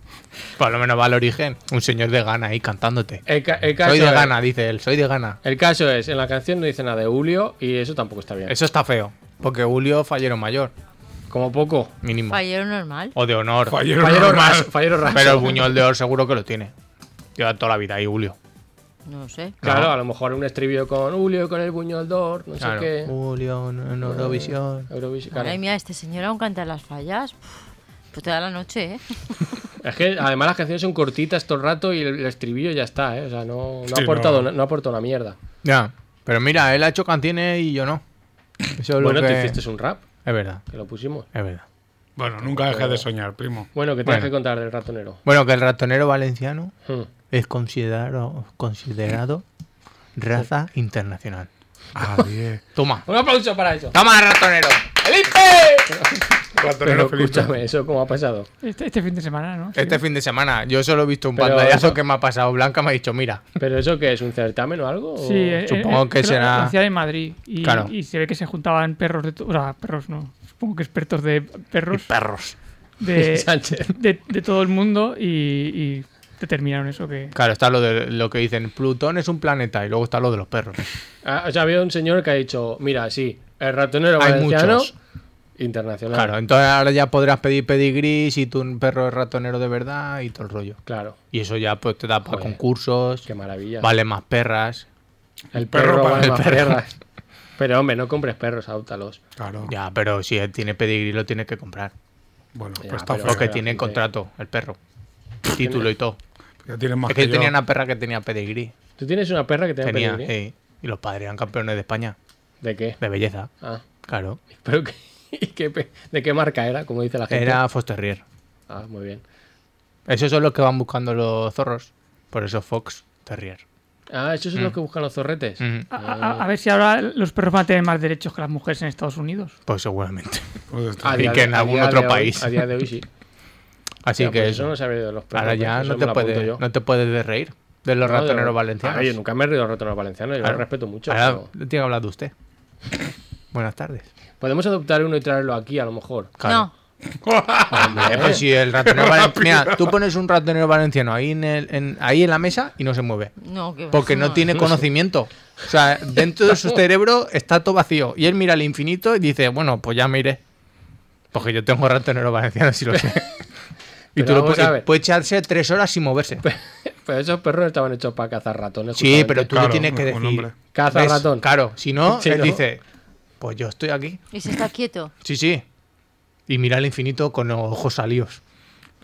por lo menos va al origen. Un señor de Ghana ahí cantándote.
el, ca- el este caso eh,
Soy de
es-
Ghana, dice él, soy de Ghana.
El caso es, en la canción no dice nada de Julio y eso tampoco está bien.
Eso está feo. Porque Julio fallero mayor,
Como poco.
mínimo.
fallero normal.
O de honor.
Fallero
Fallero
normal.
raso, fallero raso.
Pero el buñol de oro seguro que lo tiene. Lleva toda la vida ahí, Julio.
No sé.
Claro,
No.
a lo mejor un estribillo con Julio, con el buñol d'or, no
Claro.
sé qué.
Julio en Eurovisión.
Eurovisión, claro.
Ay, mira, este señor aún canta las fallas. Uf, Pues toda la noche, ¿eh?
Es que además las canciones son cortitas todo el rato y el, el estribillo ya está, ¿eh? O sea, no, no
Sí,
ha aportado,
no.
no. ha aportado una mierda.
Ya. Pero mira, él ha hecho canciones y yo no. Eso es
Bueno,
lo que...
tú hiciste un rap,
Es verdad,
que lo pusimos.
es verdad.
Bueno, nunca dejé de soñar, primo.
Bueno, que tienes
Bueno.
que contar del ratonero.
Bueno, que el ratonero valenciano
Hmm.
es considerado, considerado raza internacional.
Ah, bien.
Toma.
Un aplauso para eso.
Toma, ratonero. ¡Felipe!
Ratonero
Pero
feliz.
escúchame, ¿eso cómo ha pasado?
Este, este fin de semana, ¿no?
Este fin de semana, yo solo he visto un
Pero
pantallazo
eso-
que me ha pasado. Blanca me ha dicho, mira,
¿Pero eso qué es? ¿Un certamen o algo? o-
Sí, eh,
Oh, Supongo
eh,
que
lo-
será-
Lo hacían en Madrid. Y,
Claro.
y se ve que se juntaban perros de. to- O sea, perros no. Supongo que expertos de perros.
perros. eh, <laughs>
<laughs>
De,
Sánchez.
de, de todo el mundo y, y determinaron eso que.
Claro, está lo de lo que dicen, Plutón es un planeta y luego está lo de los perros.
Ah, o sea, había un señor que ha dicho, mira, sí, el ratonero
Hay
valenciano
muchos.
internacional.
Claro, entonces ahora ya podrás pedir pedigrí si tu perro es ratonero de verdad y todo el rollo.
Claro,
Y eso ya pues te da para
Joder.
concursos,
qué maravilla.
vale más perras.
El perro,
perro para
para
el perro.
Pero hombre, no compres perros, adóptalos.
Claro.
Ya, pero si él tiene pedigrí lo tiene que comprar.
Bueno,
Ya,
pues está
pero-
feo.
Porque
ya,
tiene
sí,
contrato, el perro. Título y todo.
Ya tienen más
Es que yo
yo.
tenía una perra que tenía pedigrí.
¿Tú tienes una perra que te
Tenía,
pedigrí?
sí. Y los padres eran campeones de España.
¿De qué?
De belleza,
Ah,
claro.
pero ¿qué- <laughs> y qué pe- ¿de qué marca era? Como dice la gente.
Era Fosterrier.
Ah, muy bien.
Esos son los que van buscando los zorros. Por eso Fox Terrier.
Ah, ¿esos son
Mm.
los que buscan los zorretes?
Ujú.
A, a- a ver si ahora los perros van a tener más derechos que las mujeres en Estados Unidos.
Pues seguramente. <laughs>
Pues está-
A
Y
Ah, día
que
de-
en
a
algún
día
otro
de hoy-
país.
a día de hoy
<laughs>
sí.
Así
Ya,
que
pues
eso.
eso no sabía de los perros. pues
Ahora ya
eso
no
me
te,
lo apunto yo.
puedes, no te puedes de reír de los
No, de-
ratoneros
A
valencianos.
ver, yo nunca me he reído de los ratoneros valencianos, yo
Ahora-
los respeto mucho.
Ahora
pero-
tiene que hablar de usted. Buenas
<laughs>
tardes.
Podemos adoptar uno y traerlo aquí, a lo
<laughs>
mejor.
No,
<laughs>
Eh, pues si el ratonero valenciano. Mira, tú pones un ratonero valenciano ahí en, el- en- ahí en la mesa y no se mueve.
no, que va,
Porque no tiene conocimiento. O sea, dentro
<laughs>
de su cerebro está todo vacío. Y él mira al infinito y dice, bueno, pues ya me iré. Porque yo tengo ratonero valenciano, si lo
<laughs>
sé. Y
Pero
tú lo
vamos
puedes,
a ver.
puede echarse tres horas sin moverse.
Pero esos perros no estaban hechos para cazar ratones.
Sí,
justamente.
pero tú
Claro,
le tienes que
un
decir.
hombre.
Caza
¿ves?
ratón.
Claro, si no,
Sí,
él
¿no?
dice, pues yo estoy aquí.
Y se está quieto.
Sí, sí. Y mira al infinito con los ojos salidos.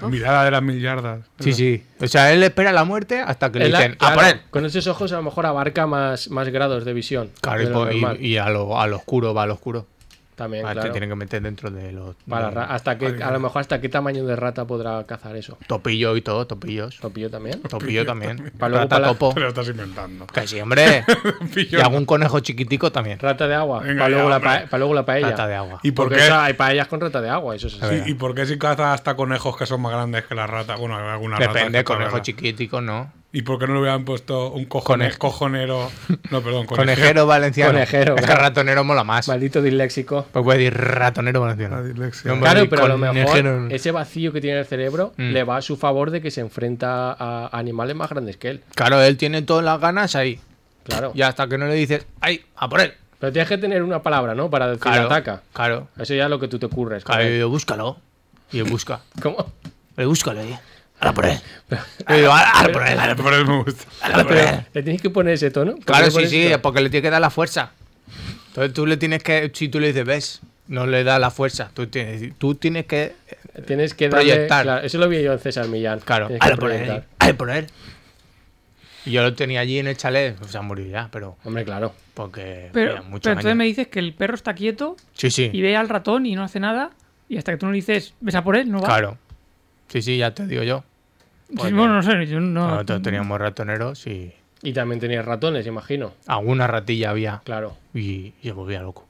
La <laughs> mirada de las mil yardas.
Sí, sí. O sea, él espera la muerte hasta que le
Él a-
dicen, "Ah, ¡a
claro,
por él!
Con esos ojos a lo mejor abarca más, más grados de visión.
Claro, y
de lo
po- y,
normal.
y a, lo, a lo oscuro, va al oscuro.
También,
Ah, Te
claro.
tienen que meter dentro de los
Para
de
ra- hasta que, a lo mejor hasta qué tamaño de rata podrá cazar eso.
topillo y todo, topillos.
Topillo también.
Topillo también.
Pa' luego
Rata
pa' la-
topo.
<laughs> Te lo estás inventando. <laughs>
Que sí, <laughs> hombre. y
Pillo.
algún conejo chiquitico también.
Rata de agua.
Venga,
Para
ya,
luego, la
hombre.
pa- pa' luego la paella.
Rata de agua.
¿Y por
Porque
qué?
esa- hay paellas con rata de agua, eso es así.
¿Y, y por qué si caza hasta conejos que son más grandes que la rata? Bueno, alguna rata.
Depende,
es que está
conejo
rara.
chiquitico, no.
¿Y por qué no le hubieran puesto un cojone-
Conej-
cojonero? No, perdón,
Conejero
<laughs>
valenciano.
Conejero,
Es que
claro.
ratonero mola más.
Maldito disléxico.
Pues voy a decir ratonero valenciano.
La dislexia.
No,
Claro,
vale,
pero a lo mejor
conejero.
ese vacío que tiene el cerebro
Mm.
le va a su favor de que se enfrenta a animales más grandes que él.
Claro, él tiene todas las ganas ahí.
Claro.
Y hasta que no le dices, ¡ay! ¡A por él!
Pero tienes que tener una palabra, ¿no? Para decir
Claro.
ataca.
Claro.
Eso ya es lo que tú te ocurres.
Claro, yo digo, búscalo. Y él busca.
<laughs> ¿Cómo?
Le búscalo ahí. ¡A por él! Yo digo, "A- a por él! a por
Por eso
<laughs>
me gusta.
él, a por
Pero,
él".
¿Le tienes que poner ese tono? ¿Por qué
Claro,
le
sí,
pones
sí,
ese tono?
porque le tienes que dar la fuerza. Entonces tú le tienes que. Si tú le dices, ves, no le da la fuerza. Tú tienes, tú tienes que.
Tienes que darle-
proyectar.
claro, eso lo vi yo en César Millán.
Claro,
Tienes que
a por él.
proyectar.
A por él. Y yo lo tenía allí en el chalet. O sea, murió ya, pero.
Hombre, claro.
Porque.
Pero,
eran muchos
pero entonces
años.
me dices que el perro está quieto
Sí, sí.
y ve al ratón y no hace nada. Y hasta que tú no le dices, ves a por él, no va.
Claro. pues Sí, sí, ya te digo yo.
Sí,
Porque
bueno, no sé, yo no. mm,
Nosotros teníamos ratoneros y
Y también tenías ratones, imagino.
alguna ratilla había
Claro.
y se volvía loco.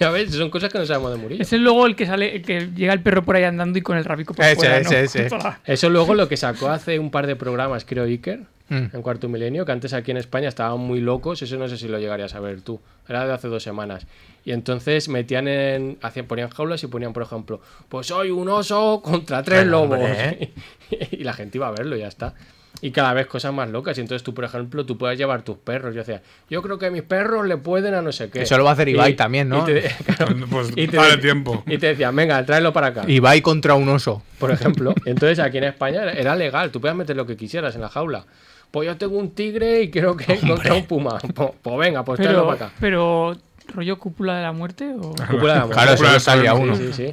A ver, son cosas que no sabemos de Murillo.
Es el luego el que sale, el que llega el perro por ahí andando y con el rabico por
Ese,
fuera, ¿no?
ese,
<laughs>
ese.
Toda-
Eso luego lo que sacó hace un par de programas, creo, Iker,
Mm.
en Cuarto Milenio, que antes aquí en España estaban muy locos, eso no sé si lo llegarías a ver tú, era de hace dos semanas. Y entonces metían en, hacían, ponían jaulas y ponían, por ejemplo, pues soy un oso contra tres
Pero,
lobos.
hombre, ¿eh?
<laughs> y la gente iba a verlo, y ya está. Y cada vez cosas más locas. Y entonces tú, por ejemplo, tú puedes llevar tus perros. Yo decía, yo creo que mis perros le pueden a no sé qué.
Eso lo va a hacer
Y-
Ibai también, ¿no?
y te- <laughs> claro,
Pues
y te-
dale tiempo.
y te decían, venga, tráelo para acá
Y va ahí contra un oso.
por ejemplo. <laughs> Entonces aquí en España era- era legal, tú podías meter lo que quisieras en la jaula. Pues yo tengo un tigre y quiero que encontré un puma. Po- Pues, venga, pues tráelo
Pero,
para acá.
pero, ¿rollo cúpula de la muerte? O... O
Cúpula de amor.
Claro,
Sí,
eso lo sabía
sí,
uno.
Sí, sí,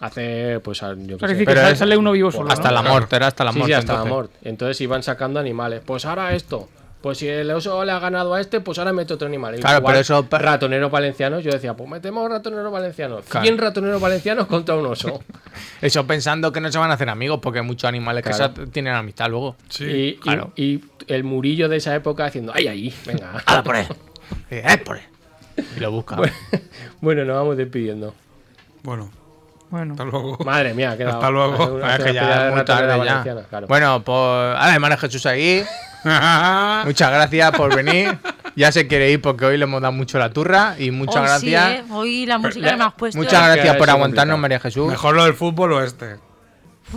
Hace, pues, al- yo qué
sea,
sé.
decir que
Pero
sale,
es-
sale uno vivo solo.
Hasta
¿no?
la muerte, era hasta la
Sí,
muerte.
sí, hasta la
entonces.
mort. Entonces iban sacando animales. Pues ahora esto. Pues si el oso le ha ganado a este, pues ahora mete otro animal. Y
Claro, pero eso-
Ratoneros valencianos, yo decía, pues metemos ratoneros valencianos. 100
Claro.
ratoneros valencianos contra un oso.
Eso pensando que no se van a hacer amigos porque hay muchos animales
Claro.
que se- tienen amistad luego.
Sí.
y, y-
claro.
y el murillo de esa época haciendo, ay, ahí, venga. <laughs>
¡Hala por él! Sí, ¡Eh, por él! Y lo busca.
Bueno, nos vamos despidiendo.
Bueno,
Bueno,
hasta luego.
Madre mía, ha quedado.
Hasta luego.
hace una-
Ah, <laughs> es
hace
que
una
ya es muy
ratonera
tarde ya.
valenciana, claro.
Bueno, pues además Jesús ahí. Muchas gracias por venir. Ya se quiere ir porque hoy le hemos dado mucho la turra y muchas
Hoy sí,
gracias.
¿eh? Hoy la música que me has puesto.
Muchas
<laughs>
gracias
ha
por
sido
aguantarnos,
complicado.
María
<laughs>
Jesús.
Mejor lo del fútbol o este.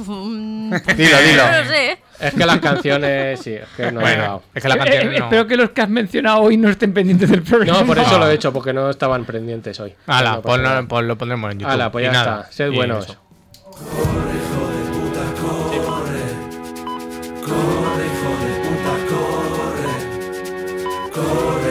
Dilo, dilo.
Mm. No lo sé. ¿eh?
es que las canciones, sí, es que no he
Bueno,
llegado.
es que la
Eh, <laughs>
canción
eh,
no.
espero que los que has mencionado hoy no estén pendientes del programa.
No, por eso lo he hecho, porque no estaban pendientes hoy.
Ah. Ala,
No pasa
ponlo-
nada.
pues lo pondremos en YouTube.
Ala, pues
Y
ya
nada.
está. Sed
Y
buenos.
eso.
Corre, hijo de puta, corre.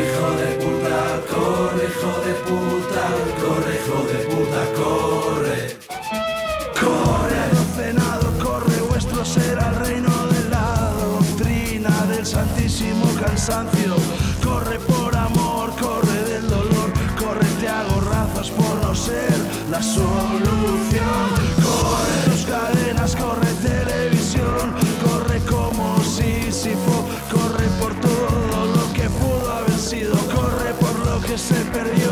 cansancio. Corre por amor, corre del dolor, corre te hago razas por no ser la solución. Corre tus cadenas, corre televisión, corre como Sísifo, corre por todo lo que pudo haber sido, corre por lo que se perdió.